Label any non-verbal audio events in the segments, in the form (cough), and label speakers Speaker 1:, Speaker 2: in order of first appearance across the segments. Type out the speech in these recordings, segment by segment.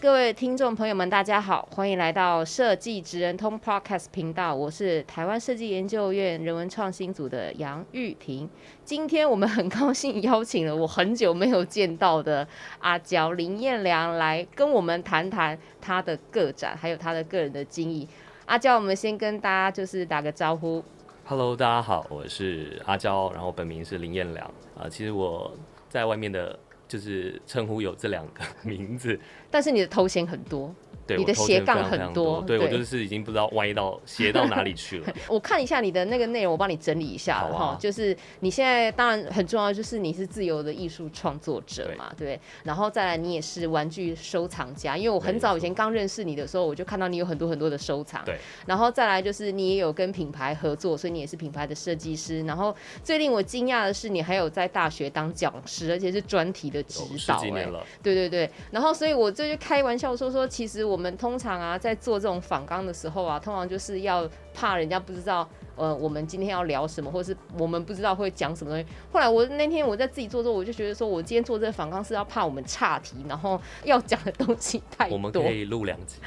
Speaker 1: 各位听众朋友们，大家好，欢迎来到设计职人通 Podcast 频道，我是台湾设计研究院人文创新组的杨玉婷。今天我们很高兴邀请了我很久没有见到的阿娇林彦良来跟我们谈谈他的个展，还有他的个人的经历。阿娇，我们先跟大家就是打个招呼。
Speaker 2: Hello，大家好，我是阿娇，然后本名是林彦良啊、其实我在外面的，就是称呼有这两个名字，
Speaker 1: 但是你的头衔很多，
Speaker 2: 对，
Speaker 1: 你
Speaker 2: 我
Speaker 1: 的
Speaker 2: 头
Speaker 1: 斜
Speaker 2: 衔非
Speaker 1: 杠
Speaker 2: 常
Speaker 1: 很
Speaker 2: 非常
Speaker 1: 多
Speaker 2: 多，对我
Speaker 1: 对
Speaker 2: 就是已经不知道歪到斜到哪里去
Speaker 1: (laughs)
Speaker 2: 了。
Speaker 1: 我看一下你的那个内容，我帮你整理一下
Speaker 2: 好
Speaker 1: 了
Speaker 2: 啊
Speaker 1: 哈。就是你现在当然很重要，就是你是自由的艺术创作者嘛，对不对。然后再来，你也是玩具收藏家，因为我很早以前刚认识你的时候，我就看到你有很多很多的收藏。
Speaker 2: 对。
Speaker 1: 然后再来就是你也有跟品牌合作，所以你也是品牌的设计师。然后最令我惊讶的是，你还有在大学当讲师，而且是专题的指
Speaker 2: 哦有十
Speaker 1: 导、
Speaker 2: 几
Speaker 1: 哎
Speaker 2: 年了，
Speaker 1: 对对对，然后所以我这就开玩笑说说，其实我们通常啊，在做这种访纲的时候啊，通常就是要怕人家不知道，呃，我们今天要聊什么，或是嗯我们不知道会讲什么东西。后来我那天我在自己做的时候，我就觉得说我今天做这个访纲是要怕我们岔题，然后要讲的东西太
Speaker 2: 我们
Speaker 1: 多
Speaker 2: (laughs) 可。以录两集。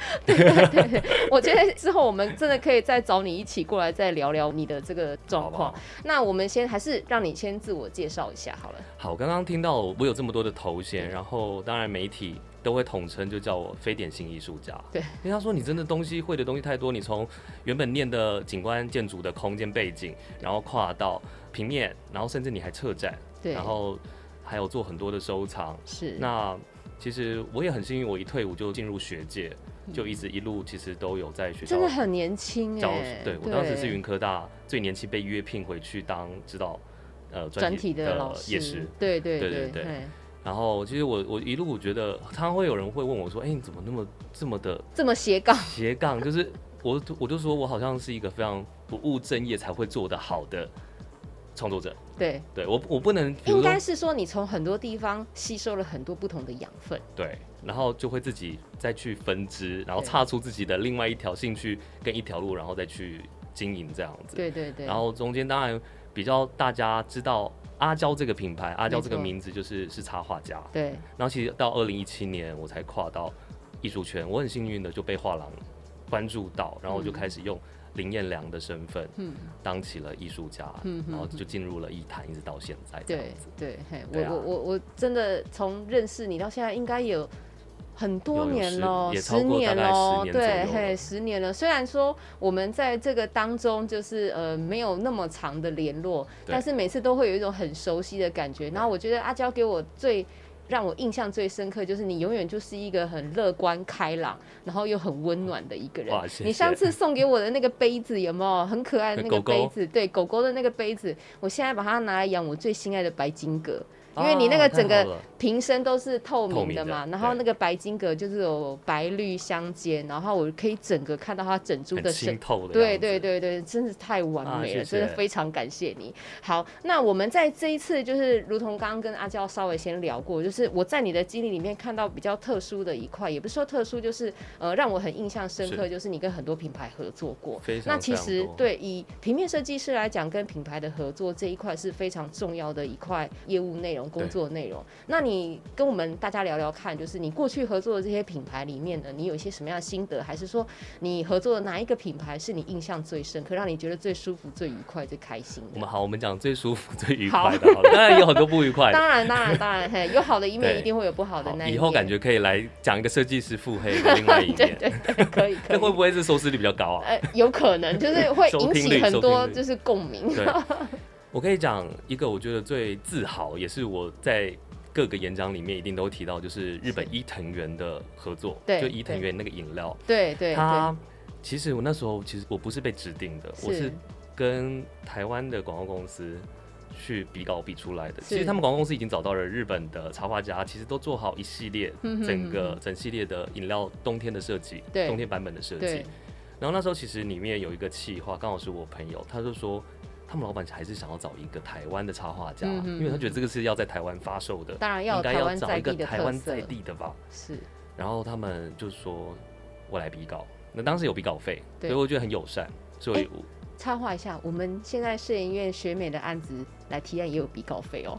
Speaker 1: 我觉得之后我们真的可以再找你一起过来，再聊聊你的这个状
Speaker 2: 好不
Speaker 1: 况
Speaker 2: 好。啊
Speaker 1: 那我们先还是让你先自我介绍一下好了。
Speaker 2: 好，刚刚听到我有这么多的头衔，然后当然媒体都会统称就叫我非典型艺术家。
Speaker 1: 对，
Speaker 2: 因为他说你真的东西会的东西太多，你从原本念的景观建筑的空间背景，然后跨到平面，然后甚至你还策展，
Speaker 1: 对，
Speaker 2: 然后还有做很多的收藏。
Speaker 1: 是
Speaker 2: 那其实我也很幸运，我一退伍就进入学界，就一直一路其实都有在学
Speaker 1: 嗯
Speaker 2: 校
Speaker 1: 真的很年轻哎、
Speaker 2: 教。对我当时是云科大最年轻被约聘回去当指导呃
Speaker 1: 专题
Speaker 2: 题
Speaker 1: 的老师，
Speaker 2: 夜师。
Speaker 1: 对对
Speaker 2: 对
Speaker 1: 对
Speaker 2: 对对然后其实我我一路觉得，常常会有人会问我说：“哎、你怎么那么这么的
Speaker 1: 这么斜杠，
Speaker 2: 斜杠？”就是我我就说我好像是一个非常不务正业才会做得好的创作者。
Speaker 1: 对，
Speaker 2: 对我我不能比如
Speaker 1: 应
Speaker 2: 说
Speaker 1: 该是说你从很多地方吸收了很多不同的养分，
Speaker 2: 对，然后就会自己再去分支，然后
Speaker 1: 对
Speaker 2: 岔出自己的另外一条兴趣跟一条路，然后再去经营这样子。
Speaker 1: 对对对，
Speaker 2: 然后中间当然比较大家知道阿娇这个品牌，阿娇这个
Speaker 1: 没错
Speaker 2: 名字就是是插画家。
Speaker 1: 对
Speaker 2: 然后其实到二零一七年我才跨到艺术圈，我很幸运的就被画廊关注到，然后我就
Speaker 1: 嗯
Speaker 2: 开始用林彦良的身份，
Speaker 1: 嗯
Speaker 2: 当起了艺术家，
Speaker 1: 嗯
Speaker 2: 然后
Speaker 1: 嗯
Speaker 2: 就进入了艺坛，一直到现在这样
Speaker 1: 对
Speaker 2: 子。
Speaker 1: 对，嘿，我
Speaker 2: 对啊
Speaker 1: 我我我真的从认识你到现在应该有。很多
Speaker 2: 有有
Speaker 1: 年
Speaker 2: 十
Speaker 1: 了，
Speaker 2: 也超
Speaker 1: 十
Speaker 2: 过大
Speaker 1: 年
Speaker 2: 概
Speaker 1: 了，
Speaker 2: 十
Speaker 1: 对，
Speaker 2: 年左右了
Speaker 1: 嘿，十年了。虽然说我们在这个当中就是呃没有那么长的联络，
Speaker 2: 对
Speaker 1: 但是每次都会有一种很熟悉的感觉。然后我觉得阿娇给我最让我印象最深刻，就是你永远就是一个很乐观开朗，然后又很温暖的一个人
Speaker 2: 哇。谢谢
Speaker 1: 你上次送给我的那个杯子有没有很可
Speaker 2: (laughs)
Speaker 1: 爱的那个
Speaker 2: 狗狗
Speaker 1: 杯子？对，狗狗的那个杯子，我现在把它拿来养我最心爱的白金葛。因为你那
Speaker 2: 啊
Speaker 1: 个
Speaker 2: 太
Speaker 1: 整个
Speaker 2: 好了
Speaker 1: 瓶身都是透
Speaker 2: 透
Speaker 1: 明
Speaker 2: 明
Speaker 1: 的
Speaker 2: 的
Speaker 1: 嘛，
Speaker 2: 对
Speaker 1: 然后那个白金格就是有白绿相间，然后我可以整个看到它整株
Speaker 2: 很
Speaker 1: 的
Speaker 2: 清
Speaker 1: 身。
Speaker 2: 透的，
Speaker 1: 对对，对对，真是太完美了，
Speaker 2: 啊谢谢
Speaker 1: 真的非常感谢你。好，那我们在这一次就是，如同刚刚跟阿娇稍微先聊过，就是我在你的经历里面看到比较特殊的一块，也不是说特殊，就是呃让我很印象深刻，
Speaker 2: 是
Speaker 1: 就是你跟很多品牌合作过，
Speaker 2: 非常
Speaker 1: 那其
Speaker 2: 非
Speaker 1: 实
Speaker 2: 常多
Speaker 1: 对以平面设计师来讲，跟品牌的合作这一块是非常重要的一块业务内容、工作内容。那你跟我们大家聊聊看，就是你过去合作的这些品牌里面呢，你有一些什么样的心得，还是说你合作的哪一个品牌是你印象最深刻，让你觉得最舒服、最愉快、最开心
Speaker 2: 我
Speaker 1: 的？
Speaker 2: 们好，我们讲最舒服、最愉
Speaker 1: 好
Speaker 2: 快的好了，当然有很多不愉快
Speaker 1: (laughs)
Speaker 2: 的。
Speaker 1: (laughs) 当然，当然，当然，嘿，有好的一面，
Speaker 2: 对
Speaker 1: 一定会有不好的
Speaker 2: 好
Speaker 1: 那一面。
Speaker 2: 以后感觉可以来讲一个设计师腹黑的另外一面，
Speaker 1: (laughs) 对对对，可以可
Speaker 2: 那 (laughs)
Speaker 1: 以。
Speaker 2: 会不会是收视率比较高
Speaker 1: (laughs)
Speaker 2: 啊？
Speaker 1: 呃，有可能就是会
Speaker 2: 收
Speaker 1: 引
Speaker 2: 听
Speaker 1: 起
Speaker 2: 率
Speaker 1: 很
Speaker 2: 收
Speaker 1: 多
Speaker 2: 听率
Speaker 1: 就是共鸣。 (laughs)
Speaker 2: 对，我可以讲一个我觉得最自豪，也是我在各个演讲里面一定都提到，就是日本伊藤园的合作，
Speaker 1: 对
Speaker 2: 就伊藤园那个饮料，
Speaker 1: 对对对，
Speaker 2: 它其实我那时候其实我不是被指定的，我是跟台湾的广告公司去比稿比出来的。
Speaker 1: 是
Speaker 2: 其实他们广告公司已经找到了日本的插画家，其实都做好一系列
Speaker 1: 嗯哼
Speaker 2: 整
Speaker 1: 嗯
Speaker 2: 个整系列的饮料冬天的设计，
Speaker 1: 对
Speaker 2: 冬天版本的设
Speaker 1: 对
Speaker 2: 计。然后那时候其实里面有一个企划，刚好是我朋友，他就说。他们老板还是想要找一个台湾的插画家，
Speaker 1: 嗯哼
Speaker 2: 因为他觉得这个是要在台湾发售的，
Speaker 1: 当然要有
Speaker 2: 应该
Speaker 1: 台
Speaker 2: 要
Speaker 1: 湾
Speaker 2: 找
Speaker 1: 在
Speaker 2: 一个
Speaker 1: 地的
Speaker 2: 台
Speaker 1: 特
Speaker 2: 湾在
Speaker 1: 色，
Speaker 2: 地的吧。
Speaker 1: 是
Speaker 2: 然后他们就说：“我来比稿。”那当时有比稿费，所
Speaker 1: 对
Speaker 2: 以我觉得很友善，
Speaker 1: (laughs)
Speaker 2: 所以我
Speaker 1: 插画一下，我们现在摄影院学美的案子来提案也有比稿费
Speaker 2: (laughs)
Speaker 1: 哦，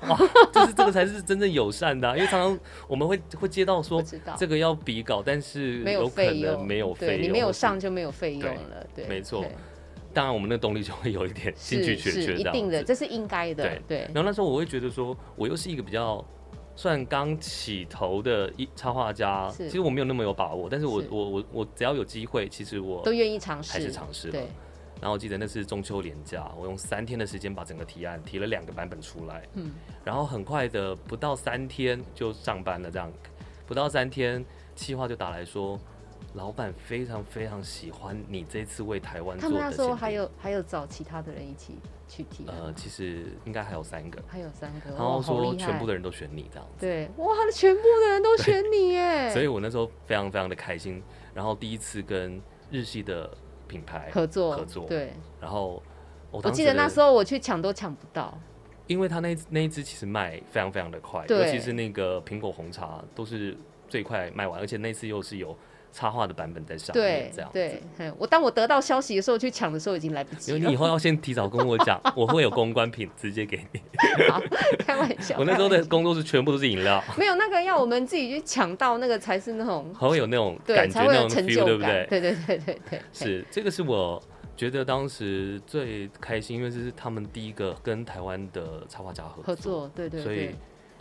Speaker 2: 就是这个才是真正友善的啊、因为常常我们会会接到
Speaker 1: 我
Speaker 2: 说
Speaker 1: 知道
Speaker 2: 这个要比稿，但是
Speaker 1: 没有
Speaker 2: 可
Speaker 1: 费
Speaker 2: 能
Speaker 1: 用，
Speaker 2: 没有费
Speaker 1: 对
Speaker 2: 用，
Speaker 1: 你没有
Speaker 2: 或是
Speaker 1: 上。就没有费用
Speaker 2: 对
Speaker 1: 了，对，
Speaker 2: 没错
Speaker 1: 对
Speaker 2: 当然，我们那个动力就会有一点兴
Speaker 1: 是
Speaker 2: 趣缺缺
Speaker 1: 是一
Speaker 2: 这
Speaker 1: 定
Speaker 2: 样
Speaker 1: 的，
Speaker 2: 子。
Speaker 1: 这是应该的，对
Speaker 2: 然后那时候我会觉得说，我又是一个比较算刚起头的一插画家，
Speaker 1: 是
Speaker 2: 其实我没有那么有把握，但是我
Speaker 1: 是
Speaker 2: 我我我只要有机会，其实我
Speaker 1: 都愿意尝试，
Speaker 2: 还是尝试了
Speaker 1: 对。，
Speaker 2: 然后我记得那是中秋连假，我用三天的时间把整个提案提了两个版本出来，
Speaker 1: 嗯，
Speaker 2: 然后很快的不到三天就上班了，这样不到三天，企划就打来说，老板非常非常喜欢你这次为台湾
Speaker 1: 他
Speaker 2: 做
Speaker 1: 们
Speaker 2: 的
Speaker 1: 那
Speaker 2: 限
Speaker 1: 时候
Speaker 2: 定
Speaker 1: 还有还有找其他的人一起去提案，
Speaker 2: 呃，其实应该还有三个，
Speaker 1: 还有三个，
Speaker 2: 然
Speaker 1: 哇
Speaker 2: 后
Speaker 1: 好
Speaker 2: 说
Speaker 1: 厉
Speaker 2: 全
Speaker 1: 害
Speaker 2: 部的人都选你这样子，
Speaker 1: 对，哇，全部的人都选你耶，
Speaker 2: 所以我那时候非常非常的开心，然后第一次跟日系的品牌
Speaker 1: 合作
Speaker 2: 合作
Speaker 1: 对，
Speaker 2: 然后我
Speaker 1: 我
Speaker 2: 当
Speaker 1: 记得
Speaker 2: 时
Speaker 1: 那时候我去抢都抢不到，
Speaker 2: 因为他那一那一支其实卖非常非常的快，
Speaker 1: 对
Speaker 2: 尤其是那个苹果红茶都是最快卖完，而且那次又是有插画的版本在上面
Speaker 1: 对，
Speaker 2: 这样。
Speaker 1: 对，嘿我当我得到消息的时候去抢的时候已经来不及
Speaker 2: 因为
Speaker 1: 了，
Speaker 2: 你以后要先提早跟我
Speaker 1: (laughs)
Speaker 2: 讲，我会有公关品直接给你。
Speaker 1: 开玩笑，
Speaker 2: (laughs) 我那时候
Speaker 1: 开 (laughs) 玩
Speaker 2: 的
Speaker 1: 笑
Speaker 2: 工作是全部都是饮料，
Speaker 1: 没有那个要我们自己去抢到那个才是那种
Speaker 2: 还会有那种
Speaker 1: 对
Speaker 2: 感觉，
Speaker 1: 才会
Speaker 2: 那
Speaker 1: 有
Speaker 2: 种
Speaker 1: 成
Speaker 2: feel，
Speaker 1: 就
Speaker 2: 对不
Speaker 1: 感，
Speaker 2: 对？
Speaker 1: 对对对对对，嘿
Speaker 2: 是，这个是我觉得当时最开心，因为这是他们第一个跟台湾的插画家合作，
Speaker 1: 合作，对对
Speaker 2: 所以
Speaker 1: 对，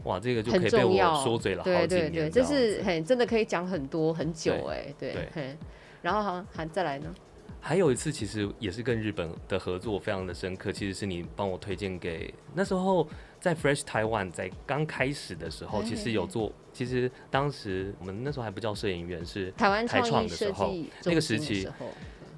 Speaker 2: 哇，这个就可
Speaker 1: 很
Speaker 2: 以被
Speaker 1: 重要
Speaker 2: 我，说嘴了好
Speaker 1: 对
Speaker 2: 几
Speaker 1: 对
Speaker 2: 年。
Speaker 1: 对，
Speaker 2: 这
Speaker 1: 这
Speaker 2: 样子
Speaker 1: 是很真的可以讲很多很久哎，对
Speaker 2: 对，
Speaker 1: 嘿然后好还再来呢，
Speaker 2: 还有一次，其实也是跟日本的合作非常的深刻，其实是你帮我推荐给那时候在 Fresh Taiwan 在刚开始的时候，
Speaker 1: 哎
Speaker 2: 其实有做，其实当时我们那时候还不叫摄影员，是
Speaker 1: 台湾
Speaker 2: 台
Speaker 1: 创
Speaker 2: 创
Speaker 1: 意
Speaker 2: 的时
Speaker 1: 设
Speaker 2: 候
Speaker 1: 计
Speaker 2: 那
Speaker 1: 中
Speaker 2: 个
Speaker 1: 心
Speaker 2: 时
Speaker 1: 的
Speaker 2: 期
Speaker 1: 时候，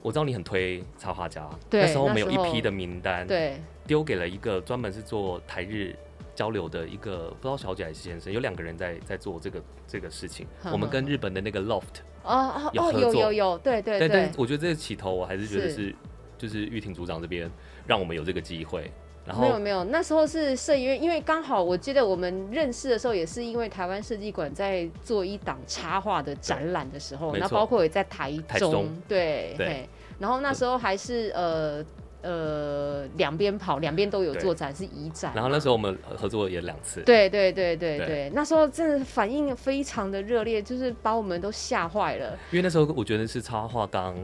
Speaker 2: 我知道你很推插画家，
Speaker 1: 对
Speaker 2: 那时候我们有
Speaker 1: 那时候
Speaker 2: 一批的名单，
Speaker 1: 对，。
Speaker 2: 丢给了一个专门是做台日。交流的一个不知道小姐还是先生，有两个人在在做这个这个事情我们跟日本的那个 Loft，
Speaker 1: 哦哦
Speaker 2: 有
Speaker 1: 哦，
Speaker 2: 合
Speaker 1: 有
Speaker 2: 作
Speaker 1: 有有，对对
Speaker 2: 但但
Speaker 1: 对
Speaker 2: 是，我觉得这个起头，我还是觉得
Speaker 1: 是
Speaker 2: 是就是玉婷组长这边让我们有这个机会，然
Speaker 1: 没有
Speaker 2: 后
Speaker 1: 没有，那时候是摄影院，因为刚好我记得我们认识的时候，也是因为台湾设计馆在做一档插画的展览的时候，
Speaker 2: 没
Speaker 1: 然后
Speaker 2: 错
Speaker 1: 包括也在台中，
Speaker 2: 台中
Speaker 1: 对
Speaker 2: 对
Speaker 1: 嘿然后那时候还是呃呃两边跑，两边都有
Speaker 2: 对
Speaker 1: 做展，是移展嘛，
Speaker 2: 然后那时候我们合作也两次，
Speaker 1: 对对对对
Speaker 2: 对
Speaker 1: 对，那时候真的反应非常的热烈，就是把我们都吓坏了，
Speaker 2: 因为那时候我觉得是插画刚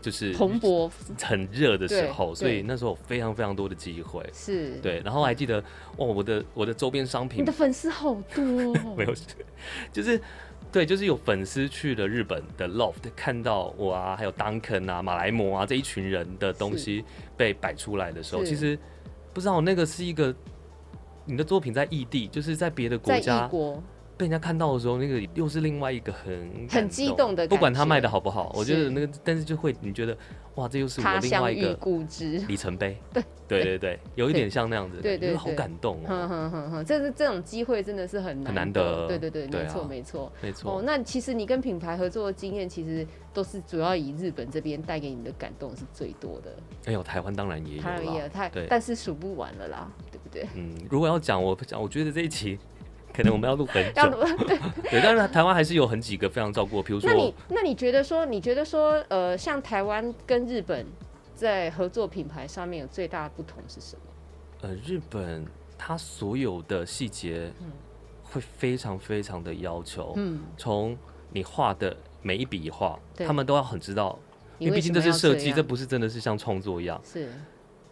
Speaker 2: 就是
Speaker 1: 蓬勃
Speaker 2: 很热的时候，
Speaker 1: 对
Speaker 2: 所以那时候有非常非常多的机会。
Speaker 1: 是，
Speaker 2: 对，然后我还记得，哇，我的我的周边商
Speaker 1: 你
Speaker 2: 品，
Speaker 1: 的粉丝好多、哦
Speaker 2: (laughs) 没有，就是对，就是有粉丝去了日本的 Loft 看到我啊，还有 Duncan 啊、马来貘啊这一群人的东西被摆出来的时候，
Speaker 1: 是
Speaker 2: 其实不知道那个是一个你的作品在异地，就是在别的国
Speaker 1: 在异
Speaker 2: 家
Speaker 1: 国。
Speaker 2: 被人家看到的时候，那个又是另外一个很感
Speaker 1: 激动的感
Speaker 2: 不管它
Speaker 1: 觉
Speaker 2: 卖的好不好，我觉
Speaker 1: 是
Speaker 2: 得那个，但是就会你觉得哇，这又是我
Speaker 1: 他
Speaker 2: 另
Speaker 1: 乡
Speaker 2: 外一
Speaker 1: 遇
Speaker 2: 个
Speaker 1: 故知，
Speaker 2: 里程碑，对对对对，有一
Speaker 1: 对
Speaker 2: 点像那样子的
Speaker 1: 对
Speaker 2: 感觉，
Speaker 1: 对嗯
Speaker 2: 就是好
Speaker 1: 对
Speaker 2: 感动哦，
Speaker 1: 哼哼哼哼，这是这种机会真的是很
Speaker 2: 很
Speaker 1: 难
Speaker 2: 难
Speaker 1: 得，
Speaker 2: 得
Speaker 1: 对对对，
Speaker 2: 对
Speaker 1: 没错、
Speaker 2: 啊
Speaker 1: 没错。
Speaker 2: 没错
Speaker 1: 哦，。那其实你跟品牌合作的经验，其实都是主要以日本这边带给你的感动是最多的，
Speaker 2: 哎呦，台湾当然也有
Speaker 1: 当然也
Speaker 2: 啦，
Speaker 1: 太，
Speaker 2: 对
Speaker 1: 但是数不完了啦，对不对？
Speaker 2: 嗯，如果要讲，我讲，我觉得这一期可能我们要录很
Speaker 1: 要
Speaker 2: 久。
Speaker 1: 如
Speaker 2: 对，但是台湾还是有很几个非常照顾的，比如
Speaker 1: 那你
Speaker 2: 说，
Speaker 1: 那你觉得说，你觉得说，呃，像台湾跟日本在合作品牌上面有最大的不同是什么？
Speaker 2: 呃，日本它所有的细节会非常非常的要求，
Speaker 1: 嗯，
Speaker 2: 从你画的每一笔画，
Speaker 1: 对
Speaker 2: 他们都要很知道，
Speaker 1: 你
Speaker 2: 因
Speaker 1: 为
Speaker 2: 为毕
Speaker 1: 什么
Speaker 2: 竟这是
Speaker 1: 要
Speaker 2: 设计，
Speaker 1: 样
Speaker 2: 这不是真的是像创作一样，
Speaker 1: 是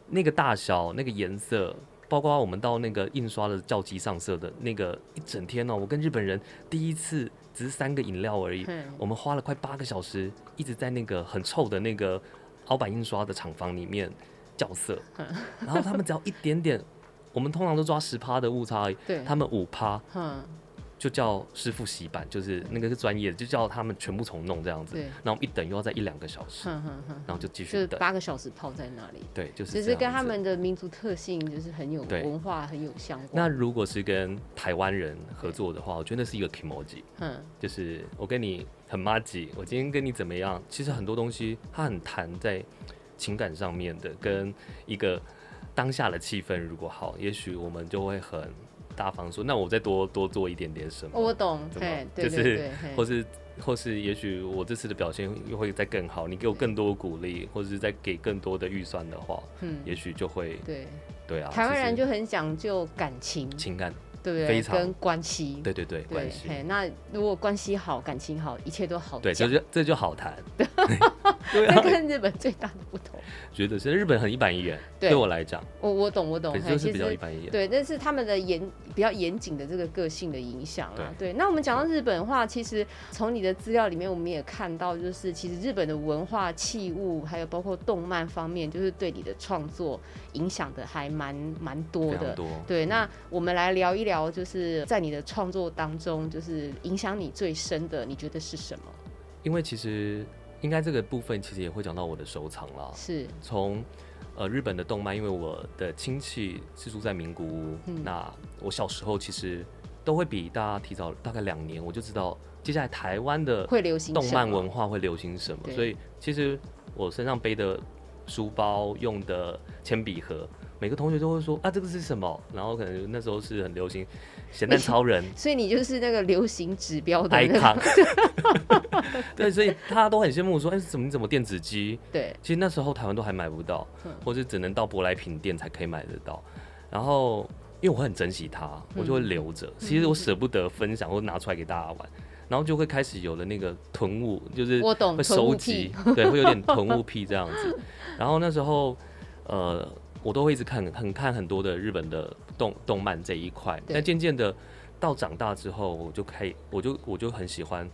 Speaker 2: 那个大小、那个颜色。包括我们到那个印刷的教机上色的那个一整天哦，我跟日本人第一次只是三个饮料而已，
Speaker 1: 嗯
Speaker 2: 我们花了快八个小时，一直在那个很臭的那个凹版印刷的厂房里面校色，
Speaker 1: 嗯 (laughs)
Speaker 2: 然后他们只要一点点，我们通常都抓十趴的误差而已，
Speaker 1: 对，
Speaker 2: 他们五趴，
Speaker 1: 嗯，
Speaker 2: 就叫师傅洗版，就是那个是专业的，就叫他们全部重弄这样子。
Speaker 1: 对
Speaker 2: 然后我们一等又要再一两个小时，
Speaker 1: 哼哼哼，
Speaker 2: 然后就继
Speaker 1: 就
Speaker 2: 续
Speaker 1: 是
Speaker 2: 等。
Speaker 1: 八个小时泡在那里，
Speaker 2: 对，就是
Speaker 1: 只
Speaker 2: 这
Speaker 1: 是
Speaker 2: 样
Speaker 1: 跟他
Speaker 2: 子
Speaker 1: 们的民族特性就是很有
Speaker 2: 对
Speaker 1: 文化很有相关。
Speaker 2: 那如果是跟台湾人合作的话，我觉得那是一个 emoji，
Speaker 1: 嗯，
Speaker 2: 就是我跟你很妈吉，我今天跟你怎么样？其实很多东西它很谈在情感上面的，跟一个当下的气氛如果好，也许我们就会很大方说，那我再多多做一点点什么，
Speaker 1: 哦我懂，
Speaker 2: 怎么
Speaker 1: 嘿，对
Speaker 2: 就是
Speaker 1: 对对，嘿
Speaker 2: 或是或是也许我这次的表现又会再更好，你给我更多鼓励，或者是再给更多的预算的话，
Speaker 1: 嗯，
Speaker 2: 也许就会
Speaker 1: 对，
Speaker 2: 对啊，
Speaker 1: 台湾
Speaker 2: 其实
Speaker 1: 人就很讲究感情，
Speaker 2: 情感，
Speaker 1: 对不对？
Speaker 2: 非常
Speaker 1: 跟关系，
Speaker 2: 对对对，关
Speaker 1: 对，
Speaker 2: 系。
Speaker 1: 嘿，那如果关系好，感情好，一切都好
Speaker 2: 对，
Speaker 1: 讲
Speaker 2: 这。就这就好谈。 (laughs) 对
Speaker 1: 这
Speaker 2: 啊，
Speaker 1: 跟日本最大的不同，
Speaker 2: 觉得是日本很一板一眼，
Speaker 1: 对
Speaker 2: 对我来讲，
Speaker 1: (laughs) 我我懂我懂，
Speaker 2: 对
Speaker 1: 嘿
Speaker 2: 就是
Speaker 1: 其
Speaker 2: 比较
Speaker 1: 实
Speaker 2: 一板一眼。
Speaker 1: 对，那是他们的严比较严谨的这个个性的影响啊。对，那我们讲到日本的话，其实从你的资料里面，我们也看到，就是其实日本的文化、器物，还有包括动漫方面，就是对你的创作影响的还蛮蛮多
Speaker 2: 非常
Speaker 1: 的。
Speaker 2: 多。
Speaker 1: 对，那我们来聊一聊，就是在你的创作当中，就是影响你最深的，你觉得是什么？
Speaker 2: 因为其实应该这个部分其实也会讲到我的收藏啦。
Speaker 1: 是，
Speaker 2: 从呃日本的动漫，因为我的亲戚是住在名古屋，
Speaker 1: 嗯
Speaker 2: 那我小时候其实都会比大家提早大概两年，我就知道接下来台湾的
Speaker 1: 会流行
Speaker 2: 动
Speaker 1: 什
Speaker 2: 漫
Speaker 1: 么
Speaker 2: 文化会流行什么，
Speaker 1: 对
Speaker 2: 所以其实我身上背的书包用的铅笔盒，每个同学都会说啊这个是什么，然后可能那时候是很流行咸蛋超人
Speaker 1: (laughs) 所以你就是那个流行指标的那个，
Speaker 2: icon，对， (laughs) 所以大家都很羡慕我说，哎、怎么你怎么电子机？
Speaker 1: 对，
Speaker 2: 其实那时候台湾都还买不到
Speaker 1: 嗯，
Speaker 2: 或者只能到舶来品店才可以买得到，然后。因为我很珍惜
Speaker 1: 嗯
Speaker 2: 它，我就会留着。其实我舍不得分享，或拿出来给大家玩，然后就会开始有了那个囤物，就是
Speaker 1: 我懂，
Speaker 2: 会
Speaker 1: 囤
Speaker 2: 收
Speaker 1: 物
Speaker 2: 集
Speaker 1: 癖，
Speaker 2: 对，会有点囤物癖这样子。然后那时候，呃，我都会一直看很看很多的日本的动动漫这一块。
Speaker 1: 对
Speaker 2: 但渐渐的，到长大之后，我就开，我就我就很喜欢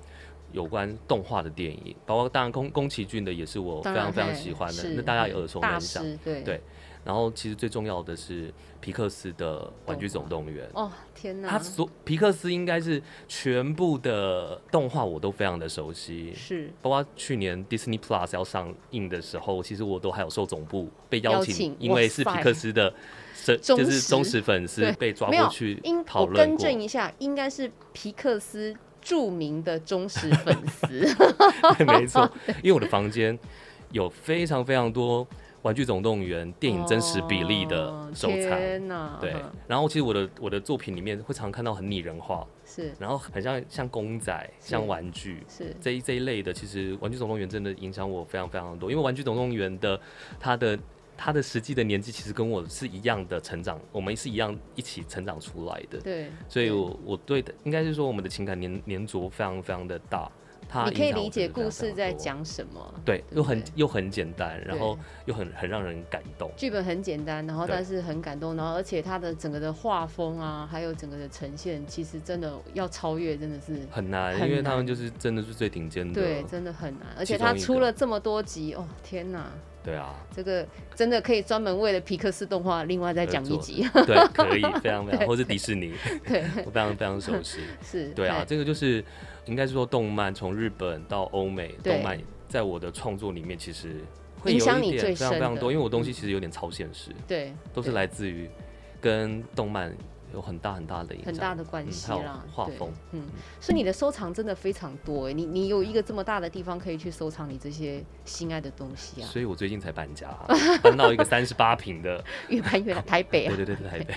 Speaker 2: 有关动画的电影，包括当然宫宫崎骏的也是我非
Speaker 1: 当然
Speaker 2: 常非常
Speaker 1: 嘿
Speaker 2: 喜欢的
Speaker 1: 是，
Speaker 2: 那大家也
Speaker 1: 嘿
Speaker 2: 耳熟
Speaker 1: 大
Speaker 2: 能详。
Speaker 1: 师，对
Speaker 2: 对然后其实最重要的是皮克斯的《玩具总动员》。
Speaker 1: 哦，天哪，
Speaker 2: 他啊所皮克斯应该是全部的动画我都非常的熟悉，
Speaker 1: 是
Speaker 2: 包括去年 Disney Plus 要上映的时候，其实我都还有受总部被邀请，
Speaker 1: 邀请
Speaker 2: 因为是
Speaker 1: 哇
Speaker 2: 皮
Speaker 1: 塞
Speaker 2: 克斯的是
Speaker 1: 忠
Speaker 2: 就是
Speaker 1: 实
Speaker 2: 忠实粉丝
Speaker 1: 对
Speaker 2: 被抓
Speaker 1: 没有
Speaker 2: 过去
Speaker 1: 应
Speaker 2: 讨
Speaker 1: 我
Speaker 2: 论
Speaker 1: 更
Speaker 2: 过，
Speaker 1: 正一下，应该是皮克斯著名的忠实粉丝，(laughs)
Speaker 2: 没错，因为我的房间有非常非常多《玩具总动员》 (laughs) 电影真实比例的
Speaker 1: 哦
Speaker 2: 收藏。
Speaker 1: 天哪，
Speaker 2: 对
Speaker 1: 嗯，
Speaker 2: 然后其实我的我的作品里面会常看到很拟人化，
Speaker 1: 是
Speaker 2: 然后很像像公仔、
Speaker 1: 是
Speaker 2: 像玩具，
Speaker 1: 是
Speaker 2: 这一这一类的，其实《玩具总动员》真的影响我非常非常多，因为《玩具总动员》的它的它的实际的年纪其实跟我是一样的成长，我们是一样一起成长出来的，
Speaker 1: 对，
Speaker 2: 所以
Speaker 1: 对
Speaker 2: 我我对的应该是说我们的情感粘粘着非常非常的大。它
Speaker 1: 你可以
Speaker 2: 影响我
Speaker 1: 理解
Speaker 2: 真
Speaker 1: 故
Speaker 2: 的非
Speaker 1: 事
Speaker 2: 常非常
Speaker 1: 在
Speaker 2: 多，
Speaker 1: 讲什么，
Speaker 2: 对，
Speaker 1: 不
Speaker 2: 又很
Speaker 1: 对
Speaker 2: 又很简单，然
Speaker 1: 对
Speaker 2: 后又很很让人感动，
Speaker 1: 剧本很简单，然后
Speaker 2: 对
Speaker 1: 但是很感动，然后而且它的整个的画风啊，还有整个的呈现，其实真的要超越，真的是
Speaker 2: 很难，
Speaker 1: 很
Speaker 2: 因为他
Speaker 1: 难
Speaker 2: 们就是真的是最顶尖的，
Speaker 1: 对，真的很难。而且
Speaker 2: 其中
Speaker 1: 它
Speaker 2: 一
Speaker 1: 出
Speaker 2: 个
Speaker 1: 了这么多集，哦，天哪，
Speaker 2: 对啊，
Speaker 1: 这个真的可以专门为了皮克斯动画另外再讲一集。
Speaker 2: 对，可以非常非常，或是迪士尼，
Speaker 1: (laughs) 对，
Speaker 2: (laughs) 我非常非常熟悉。
Speaker 1: (laughs) 是，
Speaker 2: 对啊，
Speaker 1: 嘿，
Speaker 2: 这个就是应该是说动漫从日本到欧美，
Speaker 1: 对
Speaker 2: 动漫在我的创作里面其实会
Speaker 1: 影
Speaker 2: 有
Speaker 1: 响
Speaker 2: 一
Speaker 1: 你
Speaker 2: 点
Speaker 1: 最
Speaker 2: 非常非
Speaker 1: 深
Speaker 2: 常
Speaker 1: 的
Speaker 2: 多，因为我东西
Speaker 1: 嗯
Speaker 2: 其实有点超现实，
Speaker 1: 对，
Speaker 2: 都是
Speaker 1: 对
Speaker 2: 来自于跟动漫有很大很大的影响，
Speaker 1: 很大的关系
Speaker 2: 嗯还有
Speaker 1: 啦。
Speaker 2: 画
Speaker 1: 对
Speaker 2: 风，
Speaker 1: 嗯，所以你的收藏真的非常多哎，你你有一个这么大的地方可以去收藏你这些心爱的东西啊，
Speaker 2: 所以我最近才
Speaker 1: (laughs)
Speaker 2: 搬家，搬到一个三十八平的，
Speaker 1: 越搬越来台北
Speaker 2: 对
Speaker 1: 啊，
Speaker 2: 对对对，台北，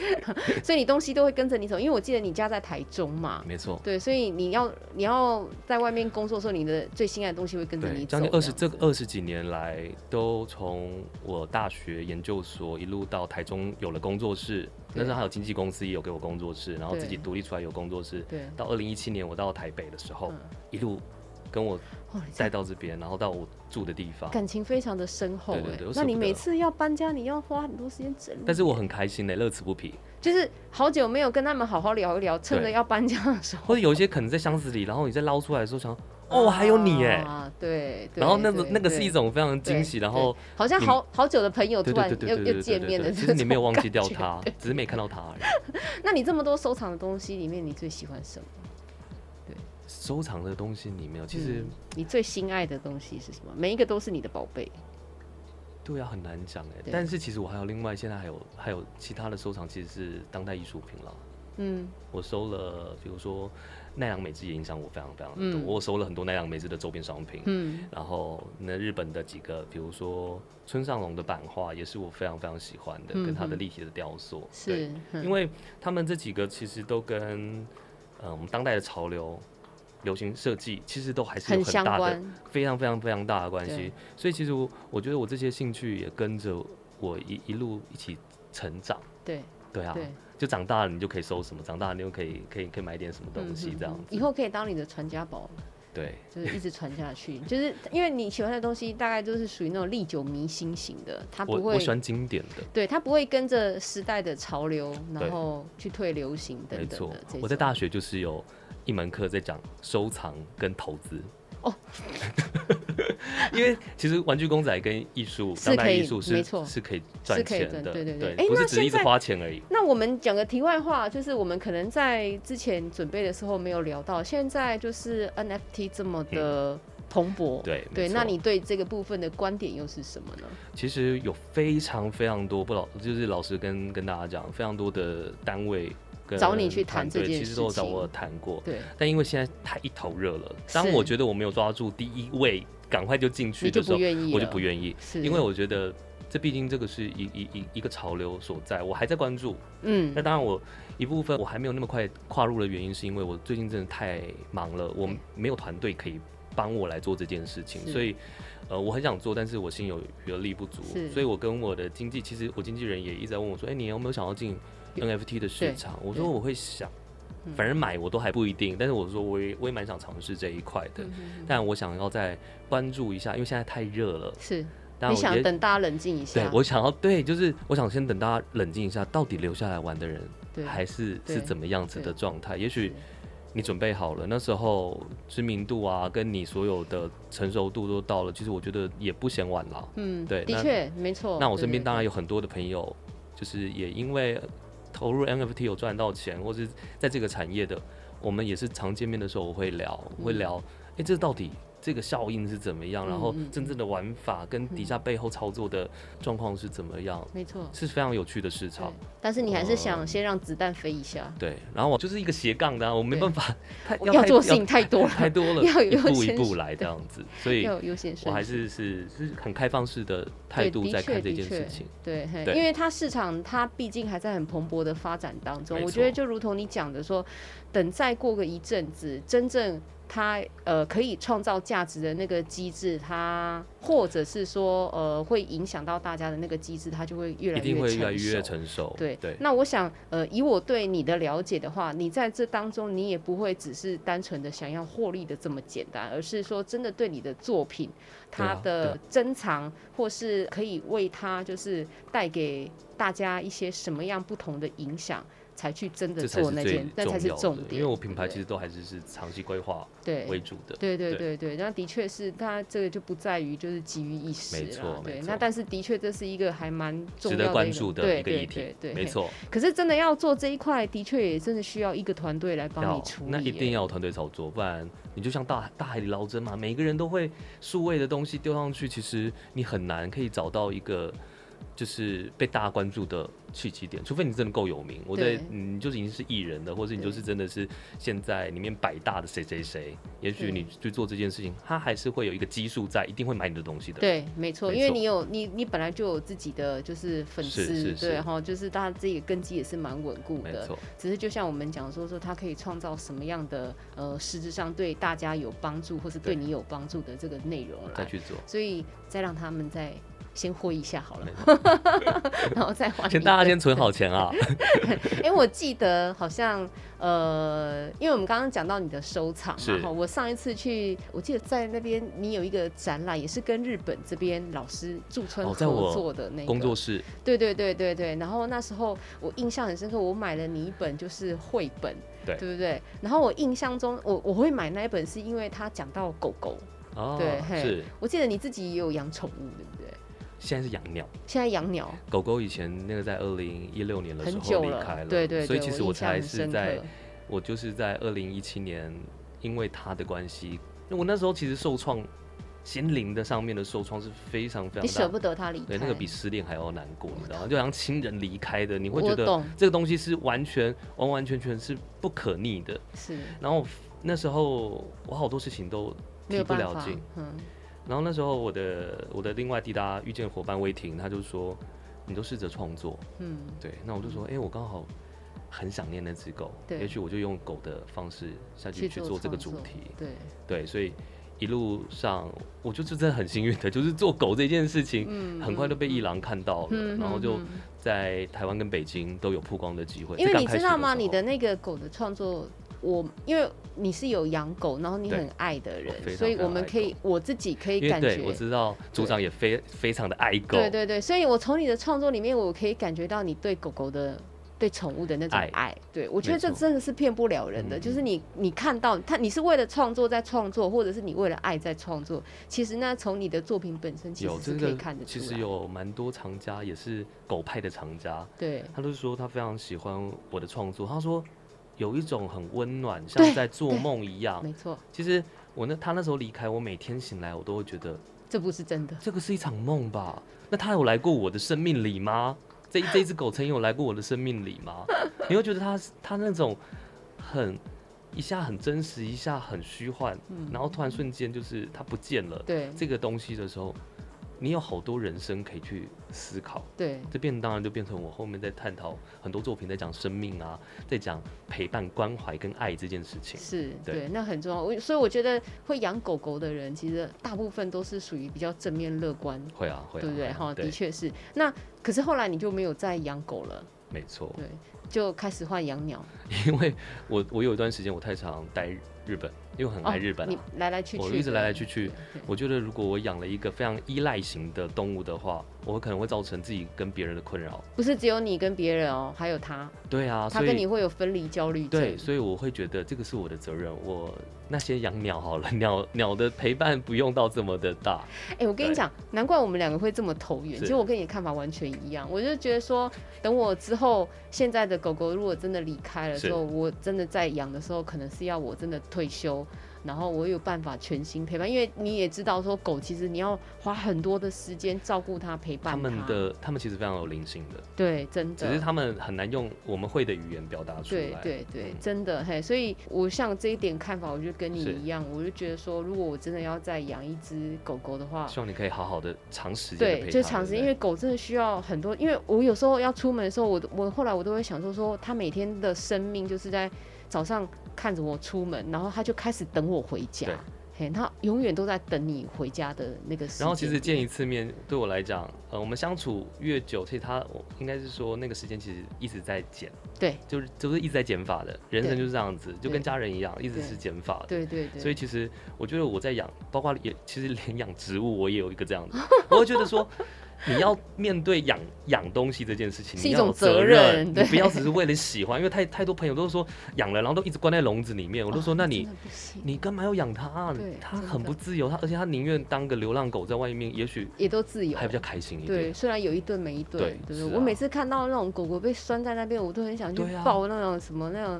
Speaker 1: (laughs) 所以你东西都会跟着你走，因为我记得你家在台中嘛。
Speaker 2: 没错。
Speaker 1: 对，所以你要你要在外面工作的时候，你的最心爱的东西会跟着
Speaker 2: 对，
Speaker 1: 你
Speaker 2: 将
Speaker 1: 走。
Speaker 2: 近二十
Speaker 1: 这
Speaker 2: 这
Speaker 1: 样子
Speaker 2: 二十几年来，都从我大学研究所一路到台中有了工作室，那
Speaker 1: 对
Speaker 2: 时候还有经纪公司也有给我工作室，然后自己
Speaker 1: 对
Speaker 2: 独立出来有工作室，
Speaker 1: 对，
Speaker 2: 到二零一七年我到台北的时候，
Speaker 1: 嗯
Speaker 2: 一路跟我
Speaker 1: 哦，你这
Speaker 2: 带到这边，然后到我住的地方。
Speaker 1: 感情非常的深厚哎
Speaker 2: 对对对我。舍
Speaker 1: 那
Speaker 2: 不
Speaker 1: 你每
Speaker 2: 得
Speaker 1: 次要搬家，你要花很多时间整理。
Speaker 2: 但是我很开心呢、乐此不疲。
Speaker 1: 就是好久没有跟他们好好聊一聊，趁着要搬家的时候，
Speaker 2: 或者有一些可能在箱子里，然后你再捞出来的时候想，哦，还有你哎、
Speaker 1: 啊，对，对
Speaker 2: 然后那个
Speaker 1: 对
Speaker 2: 那个是
Speaker 1: 对
Speaker 2: 一种非常惊喜，
Speaker 1: 对
Speaker 2: 然后
Speaker 1: 对好像
Speaker 2: 你
Speaker 1: 好好久的朋友
Speaker 2: 对
Speaker 1: 突
Speaker 2: 对
Speaker 1: 然
Speaker 2: 对对
Speaker 1: 又
Speaker 2: 对
Speaker 1: 又
Speaker 2: 对
Speaker 1: 见
Speaker 2: 对
Speaker 1: 面
Speaker 2: 对
Speaker 1: 的，
Speaker 2: 对，其实你没有忘
Speaker 1: (laughs)
Speaker 2: 记掉他，只是没看到他而已。
Speaker 1: 那你这么多收藏的东西里面，你最喜欢什么？
Speaker 2: 收藏的东西里面，其实、
Speaker 1: 嗯你最心爱的东西是什么？每一个都是你的宝贝。
Speaker 2: 对啊，很难讲哎、
Speaker 1: 对
Speaker 2: 但是其实我还有另外，现在还有还有其他的收藏，其实是当代艺术品了。
Speaker 1: 嗯
Speaker 2: 我收了，比如说奈良美智也影响我非常非常多，
Speaker 1: 嗯
Speaker 2: 我收了很多奈良美智的周边商品。
Speaker 1: 嗯
Speaker 2: 然后那日本的几个，比如说村上隆的版画，也是我非常非常喜欢的，
Speaker 1: 嗯
Speaker 2: 跟他的
Speaker 1: 嗯
Speaker 2: 立体的雕塑。对
Speaker 1: 是，嗯
Speaker 2: 因为他们这几个其实都跟呃我们当代的潮流、流行设计其实都还是有
Speaker 1: 很
Speaker 2: 很
Speaker 1: 相
Speaker 2: 大的、
Speaker 1: 关。
Speaker 2: 非常非常非常大的关系
Speaker 1: 对。
Speaker 2: 所以其实我我觉得我这些兴趣也跟着我一一路一起成长。
Speaker 1: 对
Speaker 2: 对啊，
Speaker 1: 对，
Speaker 2: 就长大了你就可以收什么，长大了你就可以可以可以买点什么东西
Speaker 1: 嗯
Speaker 2: 这样
Speaker 1: 嗯嗯
Speaker 2: 子。
Speaker 1: 以后可以当你的传家宝，
Speaker 2: 对
Speaker 1: 就是一直传下去。就是因为你喜欢的东西，大概都是属于那种历久弥新型的，它
Speaker 2: 我
Speaker 1: 不
Speaker 2: 我
Speaker 1: 会
Speaker 2: 喜欢经典的。
Speaker 1: 对，它不会跟着时代的潮流，
Speaker 2: 对
Speaker 1: 然后去退流行等
Speaker 2: 没
Speaker 1: 等
Speaker 2: 错
Speaker 1: 的。这，
Speaker 2: 我在
Speaker 1: 种
Speaker 2: 大学就是有一门课在讲收藏跟投资。
Speaker 1: 哦，
Speaker 2: (laughs) 因为其实玩具公仔跟艺术、
Speaker 1: 是
Speaker 2: 当代
Speaker 1: 可
Speaker 2: 艺
Speaker 1: 以
Speaker 2: 术
Speaker 1: 没
Speaker 2: 是
Speaker 1: 错
Speaker 2: 是可以赚
Speaker 1: 可以
Speaker 2: 钱
Speaker 1: 赚
Speaker 2: 的，
Speaker 1: 对对对
Speaker 2: 对，
Speaker 1: 诶
Speaker 2: 不是
Speaker 1: 那
Speaker 2: 只是一直
Speaker 1: 现在
Speaker 2: 花钱而已。
Speaker 1: 那我们讲个题外话，就是我们可能在之前准备的时候没有聊到，现在就是 NFT 这么的蓬勃，
Speaker 2: 嗯对没
Speaker 1: 对，
Speaker 2: 错
Speaker 1: 那你对这个部分的观点又是什么呢？
Speaker 2: 其实有非常非常多不老，就是老师跟跟大家讲，非常多的单位跟
Speaker 1: 找你去谈这
Speaker 2: 团队
Speaker 1: 件
Speaker 2: 其实都有
Speaker 1: 事
Speaker 2: 找
Speaker 1: 情
Speaker 2: 我谈过。
Speaker 1: 对，
Speaker 2: 但因为现在太一头热了，当
Speaker 1: 是
Speaker 2: 我觉得我没有抓住第一位，赶快就进去
Speaker 1: 你就
Speaker 2: 的时
Speaker 1: 不
Speaker 2: 候，
Speaker 1: 愿意，
Speaker 2: 我就不，愿意，
Speaker 1: 是
Speaker 2: 因为我觉得这毕竟这个是一一一一个潮流所在，我还在关注。
Speaker 1: 嗯
Speaker 2: 那当然，我一部分我还没有那么快跨入的原因，是因为我最近真的太忙了，我没有团队可以帮我来做这件事情，
Speaker 1: 是
Speaker 2: 所以呃，我很想做，但是我心有余而力不足
Speaker 1: 是，
Speaker 2: 所以我跟我的经纪，其实我经纪人也一直在问我说，哎、你有没有想要进 NFT 的市场？我
Speaker 1: 对
Speaker 2: 说我会想
Speaker 1: 嗯，
Speaker 2: 反正买我都还不一定，但是我说我也我也蛮想尝试这一块的。
Speaker 1: 嗯
Speaker 2: 但我想要再关注一下，因为现在太热了。
Speaker 1: 是
Speaker 2: 但
Speaker 1: 你
Speaker 2: 我
Speaker 1: 想
Speaker 2: 也
Speaker 1: 等大家冷静一下，
Speaker 2: 对我想要对，就是我想先等大家冷静一下，到底留下来玩的人
Speaker 1: 对
Speaker 2: 还是
Speaker 1: 对
Speaker 2: 是怎么样子的
Speaker 1: 对
Speaker 2: 状态？也许你准备好了，那时候知名度啊，跟你所有的成熟度都到了，其实我觉得也不嫌晚了。
Speaker 1: 嗯，
Speaker 2: 对
Speaker 1: 的
Speaker 2: 那
Speaker 1: 确没错。
Speaker 2: 那我身
Speaker 1: 哦
Speaker 2: 边
Speaker 1: 对
Speaker 2: 当然有很多的朋友，就是也因为投入 NFT 有赚到钱，或是在这个产业的，我们也是常见面的时候我会聊，我会
Speaker 1: 嗯
Speaker 2: 聊，哎、这到底这个效应是怎么样？然后
Speaker 1: 嗯嗯嗯嗯
Speaker 2: 真正的玩法跟底下背后操作的状况是怎么样？
Speaker 1: 没错，
Speaker 2: 是非常有趣的市
Speaker 1: 对
Speaker 2: 场。，
Speaker 1: 但是你还是
Speaker 2: 呃
Speaker 1: 想先让子弹飞一下，
Speaker 2: 对，然后我就是一个斜杠的、啊，我没
Speaker 1: 对
Speaker 2: 办法，太
Speaker 1: (laughs) 要
Speaker 2: 太
Speaker 1: 做事情太多了，
Speaker 2: 太多
Speaker 1: (laughs)
Speaker 2: 了，
Speaker 1: 要
Speaker 2: 一
Speaker 1: 有
Speaker 2: 步一
Speaker 1: 先
Speaker 2: 步来这样子，所以
Speaker 1: 要有优先
Speaker 2: 我
Speaker 1: 顺
Speaker 2: 还
Speaker 1: 序
Speaker 2: 是是是很开放式的态
Speaker 1: 对
Speaker 2: 度
Speaker 1: 的
Speaker 2: 在看
Speaker 1: 确
Speaker 2: 这
Speaker 1: 的
Speaker 2: 件事
Speaker 1: 确
Speaker 2: 情。
Speaker 1: 对，嘿
Speaker 2: 对
Speaker 1: 因为它市场它毕竟还在很蓬勃的发展当中，
Speaker 2: 没
Speaker 1: 我觉得
Speaker 2: 错
Speaker 1: 就如同你讲的说，等再过个一阵子，真正它呃可以创造价值的那个机制，它或者是说呃会影响到大家的那个机制，它就会越来
Speaker 2: 一定会越来越
Speaker 1: 成熟。
Speaker 2: 成熟。
Speaker 1: 对
Speaker 2: 对，
Speaker 1: 那我想，呃，以我对你的了解的话，你在这当中，你也不会只是单纯的想要获利的这么简单，而是说真的对你的作品，
Speaker 2: 对啊
Speaker 1: 它的
Speaker 2: 对
Speaker 1: 珍藏，或是可以为它就是带给大家一些什么样不同的影响，才去真的
Speaker 2: 这才是
Speaker 1: 做那
Speaker 2: 最
Speaker 1: 件，那才是
Speaker 2: 要
Speaker 1: 重
Speaker 2: 的。
Speaker 1: 点。
Speaker 2: 因为我品牌
Speaker 1: 对
Speaker 2: 其实都还是是长期规划
Speaker 1: 对
Speaker 2: 为主的。
Speaker 1: 对对对
Speaker 2: 对
Speaker 1: 对，那的确是，它这个就不在于就是急于一时
Speaker 2: 没错
Speaker 1: 啦，对
Speaker 2: 没。错
Speaker 1: 那但是的确这是一个还蛮重
Speaker 2: 值
Speaker 1: 要的
Speaker 2: 得
Speaker 1: 一
Speaker 2: 关
Speaker 1: 个
Speaker 2: 注的
Speaker 1: 对
Speaker 2: 一个
Speaker 1: 对
Speaker 2: 议题
Speaker 1: 对，对
Speaker 2: 没
Speaker 1: 嘿
Speaker 2: 错，
Speaker 1: 可是真的要做这一块，的确也真的需要一个团队来帮你
Speaker 2: 要
Speaker 1: 处理耶。
Speaker 2: 那一定要有团队操作，不然你就像大大海里捞针嘛，每个人都会数位的东西丢上去，其实你很难可以找到一个就是被大家关注的契机点，除非你真的够有名，我在
Speaker 1: 对
Speaker 2: 你就是已经是艺人了，或者你
Speaker 1: 对
Speaker 2: 就是真的是现在里面百大的谁谁谁，也
Speaker 1: 对
Speaker 2: 许你去做这件事情，他还是会有一个基数在，一定会买你的东西的。
Speaker 1: 对，没错，
Speaker 2: 没
Speaker 1: 因为
Speaker 2: 错
Speaker 1: 你有你你本来就有自己的就是粉
Speaker 2: 是
Speaker 1: 丝
Speaker 2: 是，是
Speaker 1: 对哈，就是大家自己的根基也是蛮稳固
Speaker 2: 没
Speaker 1: 的。
Speaker 2: 错，
Speaker 1: 只是就像我们讲说说，它可以创造什么样的呃实质上对大家有帮助，或是对
Speaker 2: 对
Speaker 1: 你有帮助的这个内容
Speaker 2: 再
Speaker 1: 来，
Speaker 2: 去做。
Speaker 1: 所以再让他们再先挥一下好了
Speaker 2: 没，
Speaker 1: (laughs) 然后再还你
Speaker 2: 先大家
Speaker 1: 一个
Speaker 2: 先存好钱
Speaker 1: (laughs)
Speaker 2: 啊，
Speaker 1: 因为我记得好像呃，因为我们刚刚讲到你的收藏嘛，
Speaker 2: 是
Speaker 1: 哈，我上一次去，我记得在那边你有一个展览，也是跟日本这边老师驻村
Speaker 2: 哦在
Speaker 1: 合
Speaker 2: 我
Speaker 1: 作的那个、
Speaker 2: 工作室
Speaker 1: 对对对对对，然后那时候我印象很深刻，我买了你一本就是绘本，
Speaker 2: 对
Speaker 1: 对不对？然后我印象中，我我会买那一本是因为它讲到狗狗，
Speaker 2: 哦，
Speaker 1: 对嘿
Speaker 2: 是
Speaker 1: 我记得你自己也有养宠物，对不对？
Speaker 2: 现在是养鸟。
Speaker 1: 现在养鸟
Speaker 2: 狗狗以前那个在二零一六年的时
Speaker 1: 很
Speaker 2: 候
Speaker 1: 久
Speaker 2: 离开了，
Speaker 1: 对对对，
Speaker 2: 所以其实
Speaker 1: 我
Speaker 2: 我
Speaker 1: 印象
Speaker 2: 才
Speaker 1: 很
Speaker 2: 是
Speaker 1: 深刻
Speaker 2: 在我就是在二零一七年因为他的关系，那我那时候其实受创，心灵的上面的受创是非常非
Speaker 1: 你舍
Speaker 2: 常大
Speaker 1: 不
Speaker 2: 的。
Speaker 1: 得他离开，
Speaker 2: 对，那个比失恋还要难过，你知
Speaker 1: (laughs)
Speaker 2: 道吗？就好像亲人离开的，你会
Speaker 1: 我
Speaker 2: 觉得
Speaker 1: 懂
Speaker 2: 这个东西是完全完完全全是不可逆的。
Speaker 1: 是
Speaker 2: 然后那时候我好多事情都
Speaker 1: 没
Speaker 2: 提
Speaker 1: 有
Speaker 2: 不
Speaker 1: 办
Speaker 2: 了
Speaker 1: 法
Speaker 2: 劲，，
Speaker 1: 嗯，
Speaker 2: 然后那时候我的我的另外滴答遇见伙伴威婷，他就说你都试着创作，
Speaker 1: 嗯，
Speaker 2: 对，那我就说，哎、我刚好很想念那只狗，
Speaker 1: 对
Speaker 2: 也许我就用狗的方式下去
Speaker 1: 去
Speaker 2: 去
Speaker 1: 做
Speaker 2: 做这个
Speaker 1: 创
Speaker 2: 主
Speaker 1: 作
Speaker 2: 题，
Speaker 1: 对，
Speaker 2: 对，所以一路上我就是真的很幸运的，就是做狗这件事情。
Speaker 1: 嗯
Speaker 2: 很快就被
Speaker 1: 嗯
Speaker 2: 一郎看到了，
Speaker 1: 嗯
Speaker 2: 然后就
Speaker 1: 嗯嗯
Speaker 2: 在台湾跟北京都有曝光的机会。
Speaker 1: 因为
Speaker 2: 在
Speaker 1: 你
Speaker 2: 刚开
Speaker 1: 知
Speaker 2: 始
Speaker 1: 道吗？
Speaker 2: 时候
Speaker 1: 你的那个狗的创作，我因为你是有养狗，然后你
Speaker 2: 对
Speaker 1: 很爱的
Speaker 2: 我
Speaker 1: 人，
Speaker 2: 非常
Speaker 1: 所以
Speaker 2: 非常
Speaker 1: 我们
Speaker 2: 爱
Speaker 1: 可以，我自己可以
Speaker 2: 因为
Speaker 1: 感
Speaker 2: 对我
Speaker 1: 觉。
Speaker 2: 知道组长也非非常的爱狗，
Speaker 1: 对对对，所以我从你的创作里面，我可以感觉到你对狗狗的、对宠物的那种爱
Speaker 2: 爱。
Speaker 1: 对我觉得
Speaker 2: 没
Speaker 1: 这
Speaker 2: 错
Speaker 1: 真的是骗不了人的，
Speaker 2: 嗯
Speaker 1: 就是你你看到它，你是为了创作在创作，或者是你为了爱在创作，其实那从你的作品本身其
Speaker 2: 有
Speaker 1: 实是
Speaker 2: 这
Speaker 1: 可以
Speaker 2: 个
Speaker 1: 看得出
Speaker 2: 其
Speaker 1: 来。
Speaker 2: 实有蛮多藏家也是狗派的藏家，
Speaker 1: 对
Speaker 2: 他就说他非常喜欢我的创作，他说有一种很温暖，像在做梦一样。
Speaker 1: 没错，
Speaker 2: 其实我那他那时候离开，我每天醒来我都会觉得
Speaker 1: 这不是真的。
Speaker 2: 这个是一场梦吧？那他有来过我的生命里吗？这这一只狗曾有来过我的生命里吗？ (laughs) 你会觉得他他那种很一下很真实，一下很虚幻，然后突然瞬间就是他不见了。
Speaker 1: 对
Speaker 2: 这个东西的时候，你有好多人生可以去思考。
Speaker 1: 对，
Speaker 2: 这变当然就变成我后面在探讨很多作品在讲生命啊，在讲陪伴、关怀跟爱这件事情。
Speaker 1: 是
Speaker 2: 对
Speaker 1: 对，那很重要。我所以我觉得会养狗狗的人，其实大部分都是属于比较正面乐观，
Speaker 2: 会啊，会啊，
Speaker 1: 对不对？
Speaker 2: 会啊
Speaker 1: 哈，的
Speaker 2: 对，
Speaker 1: 确是。那可是后来你就没有再养狗了，
Speaker 2: 没错。 (laughs)
Speaker 1: 对，就开始换养鸟。
Speaker 2: 因为我我有一段时间我太常待日本，因为我很爱日本、
Speaker 1: 哦
Speaker 2: 啊
Speaker 1: 你来来去去，
Speaker 2: 我一直来来去去
Speaker 1: 对。对
Speaker 2: 我觉得如果我养了一个非常依赖型的动物的话，我可能会造成自己跟别人的困扰。
Speaker 1: 不是只有你跟别人哦，还有他，
Speaker 2: 对啊，
Speaker 1: 他
Speaker 2: 所
Speaker 1: 跟你
Speaker 2: 以
Speaker 1: 会有分离焦虑症。
Speaker 2: 对，所以我会觉得这个是我的责任。我那些养鸟好了， (laughs) 鸟鸟的陪伴不用到这么的大。
Speaker 1: 哎、我跟你
Speaker 2: 对
Speaker 1: 讲，难怪我们两个会这么投缘。
Speaker 2: 是
Speaker 1: 其实我跟你的看法完全一样，我就觉得说，等我之后现在的狗狗如果真的离开了之后，我真的在养的时候，可能是要我真的退休，然后我有办法全心陪伴。因为你也知道说，狗其实你要花很多的时间照顾它、陪伴
Speaker 2: 他
Speaker 1: 它。
Speaker 2: 们的他们其实非常有灵性的，
Speaker 1: 对，真
Speaker 2: 只是
Speaker 1: 的。
Speaker 2: 他们很难用我们会的语言表达出
Speaker 1: 对
Speaker 2: 来。
Speaker 1: 对对
Speaker 2: 嗯，
Speaker 1: 真的嘿，所以我像这一点看法，我就跟你
Speaker 2: 是
Speaker 1: 一样，我就觉得说，如果我真的要再养一只狗狗的话，
Speaker 2: 希望你可以好好的长时间地陪
Speaker 1: 对，
Speaker 2: 它
Speaker 1: 就长时间，因
Speaker 2: 对
Speaker 1: 为狗真的需要很多。因为我有时候要出门的时候，我我后来我都会想说，说它每天的生命就是在早上看着我出门，然后它就开始等我回家
Speaker 2: 对。
Speaker 1: 嘿，它永远都在等你回家的那个时间。
Speaker 2: 然后其实见一次面对我来讲，呃，我们相处越久，其实他我应该是说那个时间其实一直在减，
Speaker 1: 对
Speaker 2: 就是就是一直在减法的，人
Speaker 1: 对
Speaker 2: 生就是这样子，就
Speaker 1: 对
Speaker 2: 跟家人一样，一直
Speaker 1: 对
Speaker 2: 是减法的。
Speaker 1: 对对对，
Speaker 2: 所以其实我觉得我在养，包括也其实连养植物我也有一个这样子，我会觉得说。你要面对养养东西这件事情，
Speaker 1: 是一
Speaker 2: 你要有
Speaker 1: 种责
Speaker 2: 责
Speaker 1: 任
Speaker 2: 你
Speaker 1: 对
Speaker 2: 不要只是为了喜欢，因为太太多朋友都说养了，然后都一直关在笼子里面。我都说，那你
Speaker 1: 啊哦真的不行
Speaker 2: 你干嘛要养它啊
Speaker 1: 对？
Speaker 2: 它
Speaker 1: 真
Speaker 2: 很
Speaker 1: 的
Speaker 2: 不自由，它而且它宁愿当个流浪狗在外面，也许
Speaker 1: 也都自由
Speaker 2: 还。比较开心一
Speaker 1: 对，
Speaker 2: 点。
Speaker 1: 虽然有一顿没一顿
Speaker 2: 对，
Speaker 1: 对
Speaker 2: 是
Speaker 1: 不
Speaker 2: 啊
Speaker 1: 对？我每次看到那种狗狗被拴在那边，我都很想去
Speaker 2: 对啊
Speaker 1: 抱那种什么那种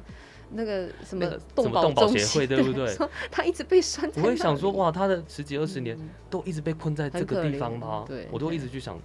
Speaker 1: 那个什么
Speaker 2: 那个什
Speaker 1: 动
Speaker 2: 么
Speaker 1: 保
Speaker 2: 动保
Speaker 1: 中
Speaker 2: 协
Speaker 1: 心
Speaker 2: 会对不对
Speaker 1: (laughs) 说它一直被拴在
Speaker 2: 我
Speaker 1: 那里。
Speaker 2: 会想说，哇，它的十几二十年
Speaker 1: 嗯
Speaker 2: 都一直被困在这
Speaker 1: 很可
Speaker 2: 个地
Speaker 1: 怜
Speaker 2: 方吗？
Speaker 1: 对
Speaker 2: 我都一直去想，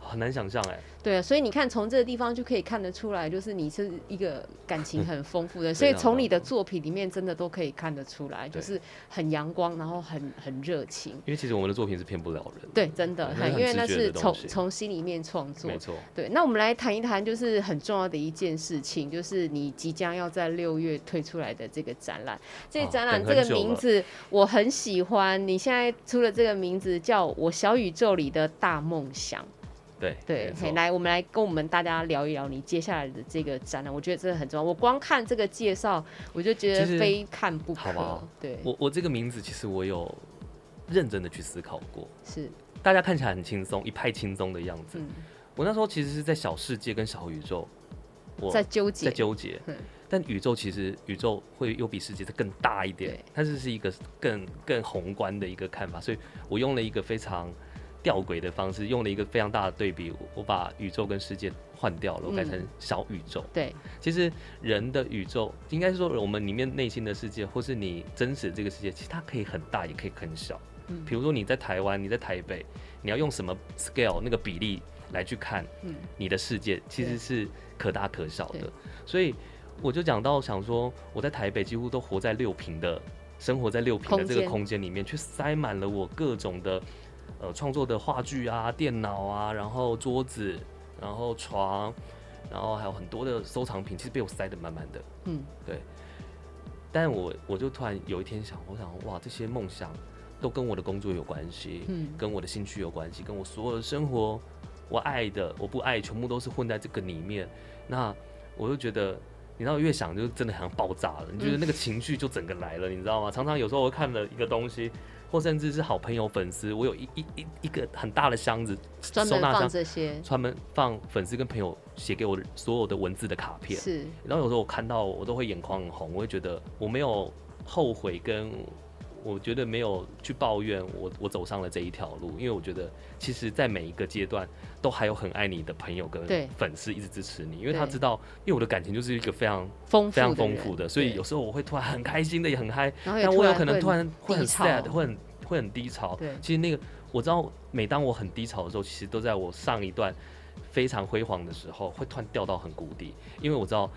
Speaker 2: 很难想象哎。
Speaker 1: 对啊，所以你看，从这个地方就可以看得出来，就是你是一个感情很丰富的
Speaker 2: (laughs)
Speaker 1: 人，所以
Speaker 2: 非常
Speaker 1: 从你的
Speaker 2: 丰富
Speaker 1: 作品里面真的都可以看得出来，就
Speaker 2: 对
Speaker 1: 是很阳光，然后很很热情。
Speaker 2: 因为其实我们的作品是骗不了人的，
Speaker 1: 对，真的，
Speaker 2: 对
Speaker 1: 很因
Speaker 2: 那是
Speaker 1: 为
Speaker 2: 嗯很
Speaker 1: 那
Speaker 2: 直觉
Speaker 1: 是
Speaker 2: 的
Speaker 1: 从
Speaker 2: 东西
Speaker 1: 从心里面创作
Speaker 2: 没。错，
Speaker 1: 对，那我们来谈一谈，就是很重要的一件事情，就是你即将要在六月推出来的这个展览。这个
Speaker 2: 啊
Speaker 1: 展览
Speaker 2: 等
Speaker 1: 这
Speaker 2: 很
Speaker 1: 个
Speaker 2: 久
Speaker 1: 名
Speaker 2: 了
Speaker 1: 字我很喜欢，你现在出了这个名字叫我小宇宙里的大梦想。
Speaker 2: 对
Speaker 1: 对
Speaker 2: 没，错
Speaker 1: 嘿，来，我们来跟我们大家聊一聊你接下来的这个展览，我觉得真的很重要。我光看这个介绍，我就觉得
Speaker 2: 其实
Speaker 1: 非看不可。
Speaker 2: 好不好
Speaker 1: 对，
Speaker 2: 我我这个名字其实我有认真的去思考过，
Speaker 1: 是，
Speaker 2: 大家看起来很轻松，一派轻松的样子。
Speaker 1: 嗯，
Speaker 2: 我那时候其实是在小世界跟小宇宙，我
Speaker 1: 在纠结，
Speaker 2: 在纠结
Speaker 1: 嗯。
Speaker 2: 但宇宙其实宇宙会又比世界再更大一点
Speaker 1: 对，
Speaker 2: 它就是一个更更宏观的一个看法，所以我用了一个非常吊诡的方式，用了一个非常大的对比，我我把宇宙跟世界换掉了，我
Speaker 1: 嗯
Speaker 2: 改成小宇宙。
Speaker 1: 对，
Speaker 2: 其实人的宇宙，应该说我们里面内心的世界，或是你真实的这个世界，其实它可以很大，也可以很小。
Speaker 1: 嗯
Speaker 2: 比如说你在台湾，你在台北，你要用什么 scale 那个比例来去看
Speaker 1: 嗯
Speaker 2: 你的世界，其实
Speaker 1: 对
Speaker 2: 是可大可小的
Speaker 1: 对。
Speaker 2: 所以我就讲到想说，我在台北几乎都活在六平的，生活在六平的这
Speaker 1: 空
Speaker 2: 个
Speaker 1: 间
Speaker 2: 空间里面，去塞满了我各种的呃创作的话剧啊、电脑啊，然后桌子，然后床，然后还有很多的收藏品，其实被我塞得满满的。
Speaker 1: 嗯，
Speaker 2: 但我我就突然有一天想，我想哇，这些梦想都跟我的工作有关系，
Speaker 1: 嗯
Speaker 2: 跟我的兴趣有关系，跟我所有的生活，我爱的，我不爱，全部都是混在这个里面。那我就觉得，你知道，越想就真的好像爆炸了，你
Speaker 1: 嗯
Speaker 2: 觉得那个情绪就整个来了，你知道吗？常常有时候我看了一个东西，或甚至是好朋友、粉丝，我有一一一一个很大的箱子，
Speaker 1: 专
Speaker 2: 收
Speaker 1: 门
Speaker 2: 纳
Speaker 1: 放
Speaker 2: 箱，
Speaker 1: 这些
Speaker 2: 专门放粉丝跟朋友写给我的所有的文字的卡片。
Speaker 1: 是
Speaker 2: 然后有时候我看到我都会眼眶很红，我会觉得我没有后悔，跟我觉得没有去抱怨我我走上了这一条路，因为我觉得其实，在每一个阶段都还有很爱你的朋友跟
Speaker 1: 对
Speaker 2: 粉丝一直支持你，因为
Speaker 1: 对
Speaker 2: 他知道，因为我的感情就是一个非常
Speaker 1: 丰富
Speaker 2: 非常
Speaker 1: 的
Speaker 2: 丰
Speaker 1: 人
Speaker 2: 富的，所以
Speaker 1: 对
Speaker 2: 有时候我会突然很开心的，也很嗨，
Speaker 1: 然后也
Speaker 2: 但
Speaker 1: 突
Speaker 2: 我有
Speaker 1: 然
Speaker 2: 可能
Speaker 1: 会
Speaker 2: 突然会很
Speaker 1: 低潮
Speaker 2: sad，会很会很低潮。
Speaker 1: 对
Speaker 2: 其实那个我知道，每当我很低潮的时候，其实都在我上一段非常辉煌的时候，会突然掉到很谷底，因为我知道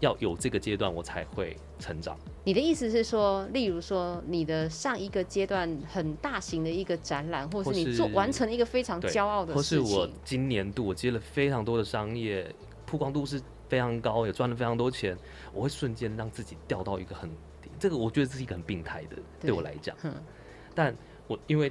Speaker 2: 要有这个阶段，我才会成长。
Speaker 1: 你的意思是说，例如说你的上一个阶段很大型的一个展览，或
Speaker 2: 或
Speaker 1: 是你
Speaker 2: 是
Speaker 1: 做完成一个非常
Speaker 2: 对
Speaker 1: 嗯骄傲的
Speaker 2: 或是
Speaker 1: 事
Speaker 2: 我
Speaker 1: 情，
Speaker 2: 今年度我接了非常多的商业，曝光度是非常高，也赚了非常多钱，我会瞬间让自己掉到一个很低，这个我觉得这是一个很病态的，
Speaker 1: 对
Speaker 2: 对我来讲。
Speaker 1: 嗯，
Speaker 2: 但我因为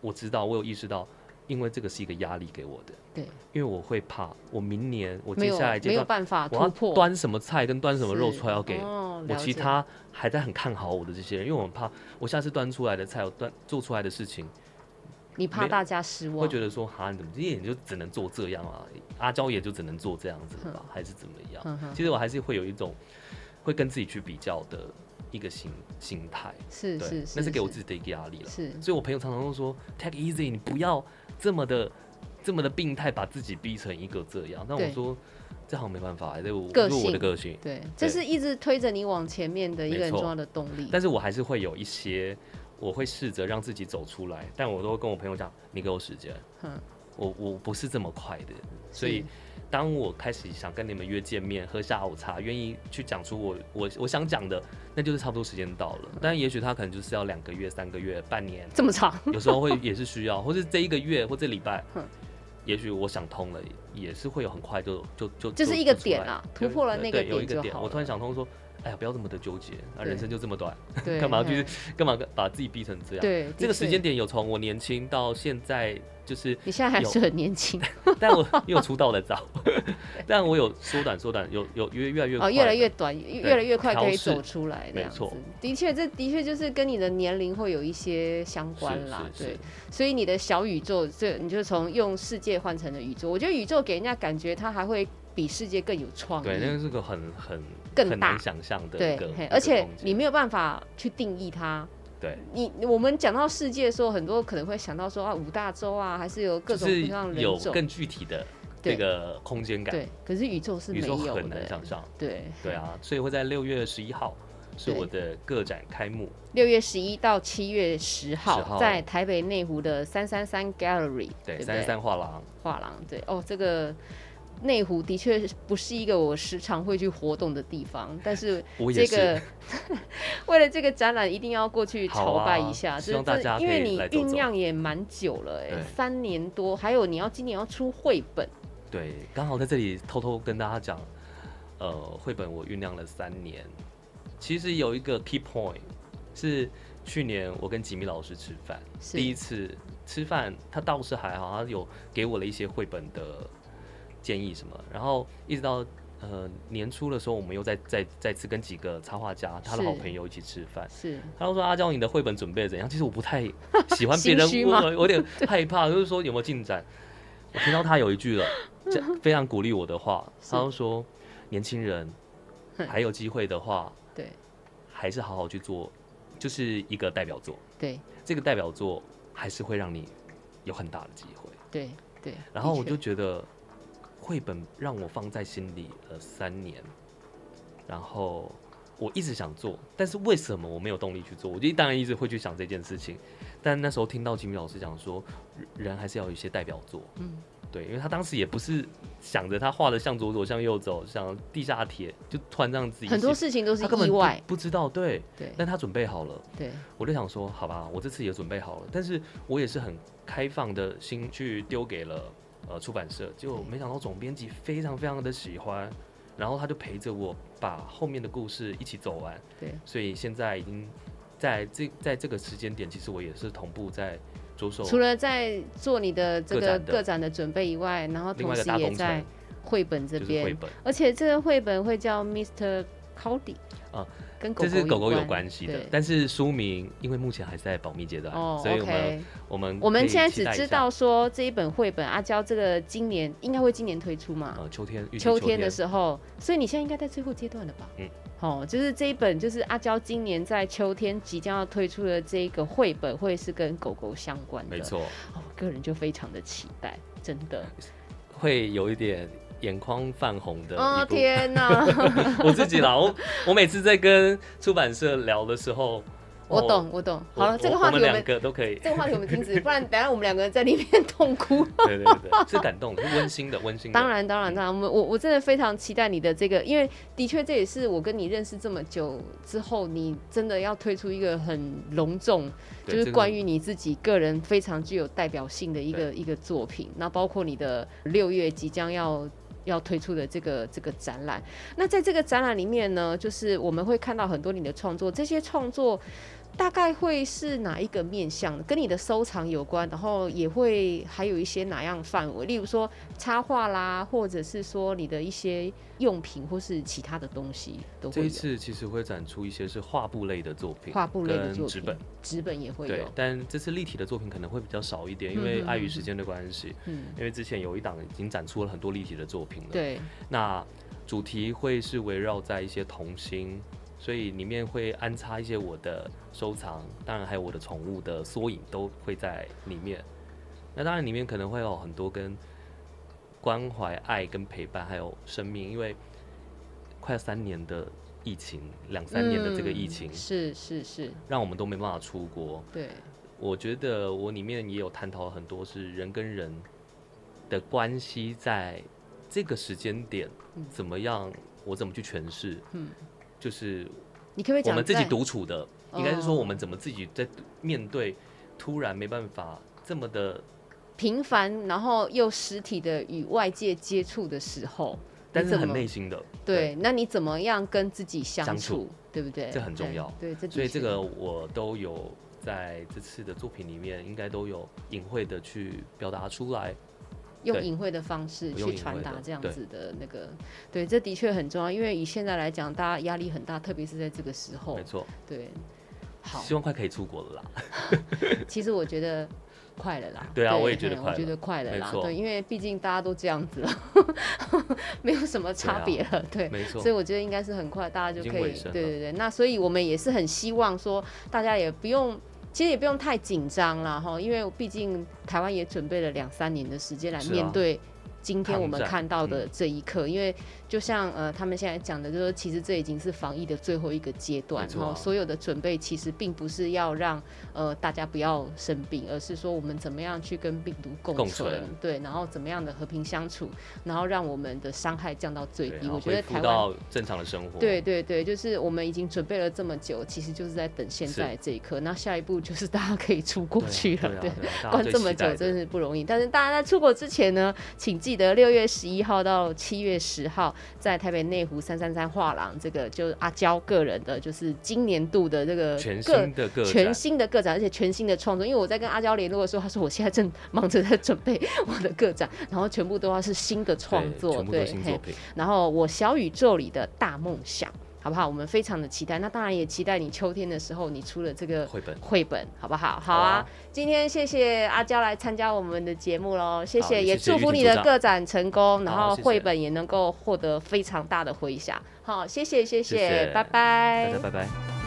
Speaker 2: 我知道，我有意识到，因为这个是一个压力给我的。
Speaker 1: 对，
Speaker 2: 因为我会怕，我明年我
Speaker 1: 没
Speaker 2: 接
Speaker 1: 有
Speaker 2: 下来
Speaker 1: 没
Speaker 2: 阶
Speaker 1: 有
Speaker 2: 段
Speaker 1: 办法
Speaker 2: 我
Speaker 1: 突
Speaker 2: 要
Speaker 1: 破，
Speaker 2: 端什么菜跟端什么肉
Speaker 1: 是
Speaker 2: 出来要给
Speaker 1: 哦
Speaker 2: 我
Speaker 1: 了
Speaker 2: 其
Speaker 1: 解
Speaker 2: 他还在很看好我的这些人，因为我很怕我下次端出来的菜，我端做出来的事情，
Speaker 1: 你怕
Speaker 2: 没有
Speaker 1: 大家失望，
Speaker 2: 会觉得说哈，你怎么今天也就只能做这样啊？阿娇也就只能做这样子吧，还是怎么样？
Speaker 1: 哼哼
Speaker 2: 其实我还是会有一种会跟自己去比较的一个心心态，
Speaker 1: 是
Speaker 2: 对，
Speaker 1: 是是，
Speaker 2: 那是给我
Speaker 1: 是
Speaker 2: 自己的一个压力了。
Speaker 1: 是
Speaker 2: 所以我朋友常常都说 take easy，你不要这么的这么的病态，把自己逼成一个这样。但我
Speaker 1: 对
Speaker 2: 说这好像没办法，这我
Speaker 1: 个
Speaker 2: 这是我的
Speaker 1: 性
Speaker 2: 个性。
Speaker 1: 对，这是一直推着你往前面的一个
Speaker 2: 没
Speaker 1: 很
Speaker 2: 错
Speaker 1: 重要的动力。
Speaker 2: 但是我还是会有一些，我会试着让自己走出来，但我都跟我朋友讲，你给我时间，
Speaker 1: 嗯，
Speaker 2: 我我不是这么快的，
Speaker 1: 是
Speaker 2: 所以。当我开始想跟你们约见面、喝下午茶，愿意去讲出我我我想讲的，那就是差不多时间到了。但也许他可能就是要两个月、三个月、半年，
Speaker 1: 这么
Speaker 2: (laughs)
Speaker 1: 长， (laughs)
Speaker 2: 有时候会也是需要，或是这一个月或这礼拜
Speaker 1: 嗯，
Speaker 2: 也许我想通了，也是会有很快就就就
Speaker 1: 就是一个点啊
Speaker 2: 就
Speaker 1: 突破了那个
Speaker 2: 对有一
Speaker 1: 点
Speaker 2: 个
Speaker 1: 就
Speaker 2: 点，
Speaker 1: 好
Speaker 2: 我突
Speaker 1: 了
Speaker 2: 然想通说，哎呀，不要这么的纠结，啊，
Speaker 1: 对
Speaker 2: 人生就这么短，
Speaker 1: 对，
Speaker 2: 干嘛就是
Speaker 1: 嗯
Speaker 2: (laughs) 干嘛把自己逼成这样？
Speaker 1: 对
Speaker 2: 这个
Speaker 1: 的
Speaker 2: 时
Speaker 1: 确
Speaker 2: 间点有从我年轻到现在，就是 (laughs)
Speaker 1: 你现在还
Speaker 2: 有
Speaker 1: 是很年轻
Speaker 2: 但
Speaker 1: (laughs)
Speaker 2: 我因为我出道的早， (laughs) 但我有缩短缩短，有有越 (laughs) 越来越
Speaker 1: 哦，
Speaker 2: 快
Speaker 1: 越来
Speaker 2: 了
Speaker 1: 越短，越
Speaker 2: 对
Speaker 1: 越来越快
Speaker 2: 调
Speaker 1: 可以
Speaker 2: 试
Speaker 1: 走出来，这
Speaker 2: 没
Speaker 1: 样子
Speaker 2: 错。
Speaker 1: 的确，这的确就是跟你的年龄会有一些相
Speaker 2: 是
Speaker 1: 关
Speaker 2: 是
Speaker 1: 啦，
Speaker 2: 是
Speaker 1: 对。所以你的小宇宙，这你就从用世界换成了宇宙。我觉得宇宙给人家感觉它还会比世界更有创意，
Speaker 2: 对，那个是个很很
Speaker 1: 嗯更
Speaker 2: 很
Speaker 1: 大
Speaker 2: 难想象的
Speaker 1: 对
Speaker 2: 一个，
Speaker 1: 嘿
Speaker 2: 一个
Speaker 1: 而且
Speaker 2: 空间
Speaker 1: 你没有办法去定义它。
Speaker 2: 对。
Speaker 1: 你我们讲到世界的时候，很多可能会想到说啊五大洲啊，还是有各
Speaker 2: 就
Speaker 1: 种
Speaker 2: 是
Speaker 1: 各样的
Speaker 2: 有
Speaker 1: 人种，
Speaker 2: 更具体的
Speaker 1: 对
Speaker 2: 这个空间感，
Speaker 1: 对。可是宇宙是
Speaker 2: 宇
Speaker 1: 没
Speaker 2: 宙
Speaker 1: 有
Speaker 2: 很
Speaker 1: 的
Speaker 2: 难想象。
Speaker 1: 对
Speaker 2: 对啊，所以会在六月十一号是
Speaker 1: 对
Speaker 2: 我的个展开幕，
Speaker 1: 六月十一到七月十号，
Speaker 2: 10号
Speaker 1: 在台北内湖的三三三 Gallery，
Speaker 2: 对，
Speaker 1: 不
Speaker 2: 三十三画廊，
Speaker 1: 画廊，对哦，这个内湖的确不是一个我时常会去活动的地方，但是
Speaker 2: 我
Speaker 1: 这
Speaker 2: 也是，
Speaker 1: 个 (laughs) 为了这个展览，一定要过去
Speaker 2: 好
Speaker 1: 朝
Speaker 2: 啊
Speaker 1: 拜一下，
Speaker 2: 希望
Speaker 1: 真的
Speaker 2: 大家可以
Speaker 1: 因为你
Speaker 2: 来走走
Speaker 1: 酝酿也蛮久了、哎
Speaker 2: 对，
Speaker 1: 三年多，还有你要今年要出绘本，
Speaker 2: 对，刚好在这里偷偷跟大家讲，呃，绘本我酝酿了三年，其实有一个 key point 是去年我跟吉米老师吃饭，
Speaker 1: 是
Speaker 2: 第一次吃饭，他倒是还好，他有给我了一些绘本的建议什么，然后一直到。呃，年初的时候，我们又再再再次跟几个插画家，他的好
Speaker 1: 是
Speaker 2: 朋友一起吃饭，
Speaker 1: 是
Speaker 2: 他就说：“阿娇，你的绘本准备得怎样？”其实我不太
Speaker 1: (laughs)
Speaker 2: 喜欢别
Speaker 1: 心
Speaker 2: 人
Speaker 1: 虚
Speaker 2: 问
Speaker 1: 吗 (laughs)
Speaker 2: 我，有点害怕，就是说有没有进展。我听到他有一
Speaker 1: (laughs)
Speaker 2: 句了，这非常鼓励我的话，
Speaker 1: 是嗯
Speaker 2: 他就说：“年轻人，还有机会的话，
Speaker 1: 对
Speaker 2: 还是好好去做，就是一个代表作。
Speaker 1: 对
Speaker 2: 这个代表作还是会让你有很大的机会。
Speaker 1: 对对。
Speaker 2: 然后我
Speaker 1: 的
Speaker 2: 就
Speaker 1: 确
Speaker 2: 觉得绘本让我放在心里了三年，然后我一直想做，但是为什么我没有动力去做？我就当然一直会去想这件事情，但那时候听到金米老师讲说，人还是要有一些代表作，
Speaker 1: 嗯，
Speaker 2: 对，因为他当时也不是想着他画的向左走，向右走，像地下铁，就突然让自己
Speaker 1: 很多
Speaker 2: 写
Speaker 1: 事情都是
Speaker 2: 他根本
Speaker 1: 意
Speaker 2: 不
Speaker 1: 外，
Speaker 2: 不知道，对，
Speaker 1: 对
Speaker 2: 但他准备好了。
Speaker 1: 对
Speaker 2: 我就想说，好吧，我这次也准备好了，但是我也是很开放的心去丢给了呃出版社，就没想到总编辑非常非常的喜欢，然后他就陪着我把后面的故事一起走完，
Speaker 1: 对，
Speaker 2: 所以现在已经在这在这个时间点，其实我也是同步在着手
Speaker 1: 除了在做你的这
Speaker 2: 个
Speaker 1: 个
Speaker 2: 展的
Speaker 1: 个展的准备以外，然后
Speaker 2: 另
Speaker 1: 同
Speaker 2: 外一个
Speaker 1: 时
Speaker 2: 大
Speaker 1: 也
Speaker 2: 工
Speaker 1: 在
Speaker 2: 程，
Speaker 1: 绘本这
Speaker 2: 就是绘
Speaker 1: 边，
Speaker 2: 本，
Speaker 1: 而且这个绘本会叫 Mr. Cody
Speaker 2: 啊，
Speaker 1: 跟狗
Speaker 2: 这是狗狗有
Speaker 1: 有
Speaker 2: 关系的
Speaker 1: 对，
Speaker 2: 但是书名因为目前还在保密阶段，
Speaker 1: 哦
Speaker 2: 所以我们
Speaker 1: ，OK，
Speaker 2: 我们
Speaker 1: 我
Speaker 2: 可
Speaker 1: 们
Speaker 2: 以
Speaker 1: 现在
Speaker 2: 期
Speaker 1: 只
Speaker 2: 待一
Speaker 1: 知
Speaker 2: 下
Speaker 1: 道说这一本绘本，阿娇这个今年应该会今年推出嘛？
Speaker 2: 呃秋天预计
Speaker 1: 秋
Speaker 2: 秋
Speaker 1: 天的时候，所以你现在应该在最后阶段了吧？
Speaker 2: 嗯，
Speaker 1: 哦，就是这一本，就是阿娇今年在秋天即将要推出的这一个绘本，会是跟狗狗相关的。
Speaker 2: 没，错。
Speaker 1: 哦，我个人就非常的期待，真的。
Speaker 2: 会有一点眼眶泛红的
Speaker 1: 哦
Speaker 2: 呃一部。
Speaker 1: 天哪，
Speaker 2: (laughs) 我自己啦，我我每次在跟出版社聊的时候，
Speaker 1: 我
Speaker 2: 哦
Speaker 1: 懂，我懂。
Speaker 2: 我
Speaker 1: 好了，这个
Speaker 2: 我
Speaker 1: 话题
Speaker 2: 我们
Speaker 1: 我
Speaker 2: 两
Speaker 1: 们
Speaker 2: 个都可以。
Speaker 1: 这个话题我们停止，不然等一下我们两个人在里面痛
Speaker 2: (laughs)
Speaker 1: 哭。
Speaker 2: 对对对，是感动，是温馨的，温馨的。
Speaker 1: 当，然，当然，当然，我们我我真的非常期待你的这个，因为的确这也是我跟你认识这么久之后，你真的要推出一个很隆重，
Speaker 2: 对
Speaker 1: 就是
Speaker 2: 这个
Speaker 1: 关于你自己个人非常具有代表性的一个一个作品，那包括你的六月即将要。要推出的这个这个展览，那在这个展览里面呢，就是我们会看到很多你的创作，这些创作大概会是哪一个面向？跟你的收藏有关，然后也会还有一些哪样范围？例如说插画啦，或者是说你的一些用品或是其他的东西都
Speaker 2: 这
Speaker 1: 会
Speaker 2: 一
Speaker 1: 有。
Speaker 2: 次其实会展出一些是画布类的作品，
Speaker 1: 画布类的
Speaker 2: 跟
Speaker 1: 作
Speaker 2: 纸
Speaker 1: 品
Speaker 2: 本，，
Speaker 1: 纸本也会
Speaker 2: 对
Speaker 1: 有。。
Speaker 2: 但这次立体的作品可能会比较少一点，因
Speaker 1: 嗯
Speaker 2: 为
Speaker 1: 嗯
Speaker 2: 碍于
Speaker 1: 嗯
Speaker 2: 时间的关系。
Speaker 1: 嗯，
Speaker 2: 因为之前有一档已经展出了很多立体的作品了，
Speaker 1: 对，
Speaker 2: 那主题会是围绕在一些童心，所以里面会安插一些我的收藏，当然还有我的宠物的缩影都会在里面。那当然里面可能会有很多跟关怀、爱跟陪伴，还有生命，因为快要三年的疫情，两三年的这个疫
Speaker 1: 嗯
Speaker 2: 情，
Speaker 1: 是是是，
Speaker 2: 让我们都没办法出国。
Speaker 1: 对，
Speaker 2: 我觉得我里面也有探讨很多是人跟人的关系，在这个时间点
Speaker 1: 嗯
Speaker 2: 怎么样，我怎么去诠释，
Speaker 1: 嗯，
Speaker 2: 就是
Speaker 1: 你可不可以
Speaker 2: 我
Speaker 1: 讲
Speaker 2: 们自己
Speaker 1: 在哦
Speaker 2: 独处的，应该是说我们怎么自己在面对突然没办法这么的，
Speaker 1: 频繁，然后又实体的与外界接触的时候，
Speaker 2: 但是
Speaker 1: 怎
Speaker 2: 很
Speaker 1: 么
Speaker 2: 内心的，
Speaker 1: 对，那你怎么样跟自己相
Speaker 2: 相
Speaker 1: 处，
Speaker 2: 处
Speaker 1: 对不对？
Speaker 2: 这很重要
Speaker 1: 对，对这的
Speaker 2: 所以
Speaker 1: 确
Speaker 2: 这个我都有在这次的作品里面，应该都有隐晦的去表达出来。
Speaker 1: 用
Speaker 2: 对
Speaker 1: 隐晦的方式
Speaker 2: 用
Speaker 1: 去
Speaker 2: 隐
Speaker 1: 传
Speaker 2: 晦
Speaker 1: 达
Speaker 2: 的
Speaker 1: 这样
Speaker 2: 对
Speaker 1: 子的那个，对，这的确很重要，因为以现在来讲，大家压力很大，特别是在这个时候
Speaker 2: 没，错，
Speaker 1: 对。哦好，
Speaker 2: 希望快可以出国了啦。 (laughs)
Speaker 1: 其实我觉得快了啦。
Speaker 2: 对啊我也觉得
Speaker 1: 嘿
Speaker 2: 快
Speaker 1: 我
Speaker 2: 了
Speaker 1: 觉得快了啦
Speaker 2: 没。错
Speaker 1: 对，因为毕竟大家都这样子了， (laughs) 没有什么
Speaker 2: 啊
Speaker 1: 差别了。对。
Speaker 2: 没错
Speaker 1: 所，以我觉得应该是很快，大家
Speaker 2: 已
Speaker 1: 就
Speaker 2: 经
Speaker 1: 可以
Speaker 2: 尾，声
Speaker 1: 对
Speaker 2: 了
Speaker 1: 对对。那所以我们也是很希望说，大家也不用，其实也不用太紧张啦，哈，因为毕竟台湾也准备了两三年的时间来
Speaker 2: 是啊
Speaker 1: 面对今天我们
Speaker 2: 抗战嗯
Speaker 1: 看到的这一刻，因为就像呃他们现在讲的，就是说其实这已经是防疫的最后一个阶段，然
Speaker 2: 没错啊
Speaker 1: 后所有的准备其实并不是要让呃大家不要生病，而是说我们怎么样去跟病毒共存，
Speaker 2: 共存
Speaker 1: 对，然后怎么样的和平相处，然后让我们的伤害降到最
Speaker 2: 对
Speaker 1: 低。
Speaker 2: 然后
Speaker 1: 我觉得
Speaker 2: 恢复
Speaker 1: 台湾。
Speaker 2: 到正常的生活。
Speaker 1: 对对对，就是我们已经准备了这么久，其实就是在等现在这一刻。那下一步就是 (laughs) 大家可以出国
Speaker 2: 对啊
Speaker 1: 去了，
Speaker 2: 对啊对啊大家
Speaker 1: 关
Speaker 2: 最
Speaker 1: 这么
Speaker 2: 期
Speaker 1: 久
Speaker 2: 待的
Speaker 1: 真是不容易。但是大家在出国之前呢，请记得六月十一号到七月十号，在台北内湖三三三画廊，这个就是阿娇个人的，就是今年度的这个
Speaker 2: 全
Speaker 1: 个
Speaker 2: 新的个展
Speaker 1: 全新的个展，而且全新的创作。因为我在跟阿娇联络的时候，他说我现在正 (laughs) 忙着在准备我的个展，然后全部都要是新的创
Speaker 2: 对
Speaker 1: 作，
Speaker 2: 全部都
Speaker 1: 对，
Speaker 2: 新
Speaker 1: 嘿
Speaker 2: 作品。
Speaker 1: 然后我小宇宙里的大梦想，好不好？我们非常的期待，那当然也期待你秋天的时候你出了这个
Speaker 2: 绘本
Speaker 1: 绘本，好不好？好
Speaker 2: 好
Speaker 1: 啊，
Speaker 2: 啊
Speaker 1: 今天谢谢阿娇来参加我们的节目喽，谢
Speaker 2: 好也
Speaker 1: 也
Speaker 2: 谢谢
Speaker 1: 祝福
Speaker 2: 玉婷
Speaker 1: 你的
Speaker 2: 组长
Speaker 1: 个展成功，然后
Speaker 2: 好谢谢
Speaker 1: 绘本也能够获得非常大的回响。好，谢谢，谢
Speaker 2: 谢谢
Speaker 1: 拜
Speaker 2: 大家拜拜。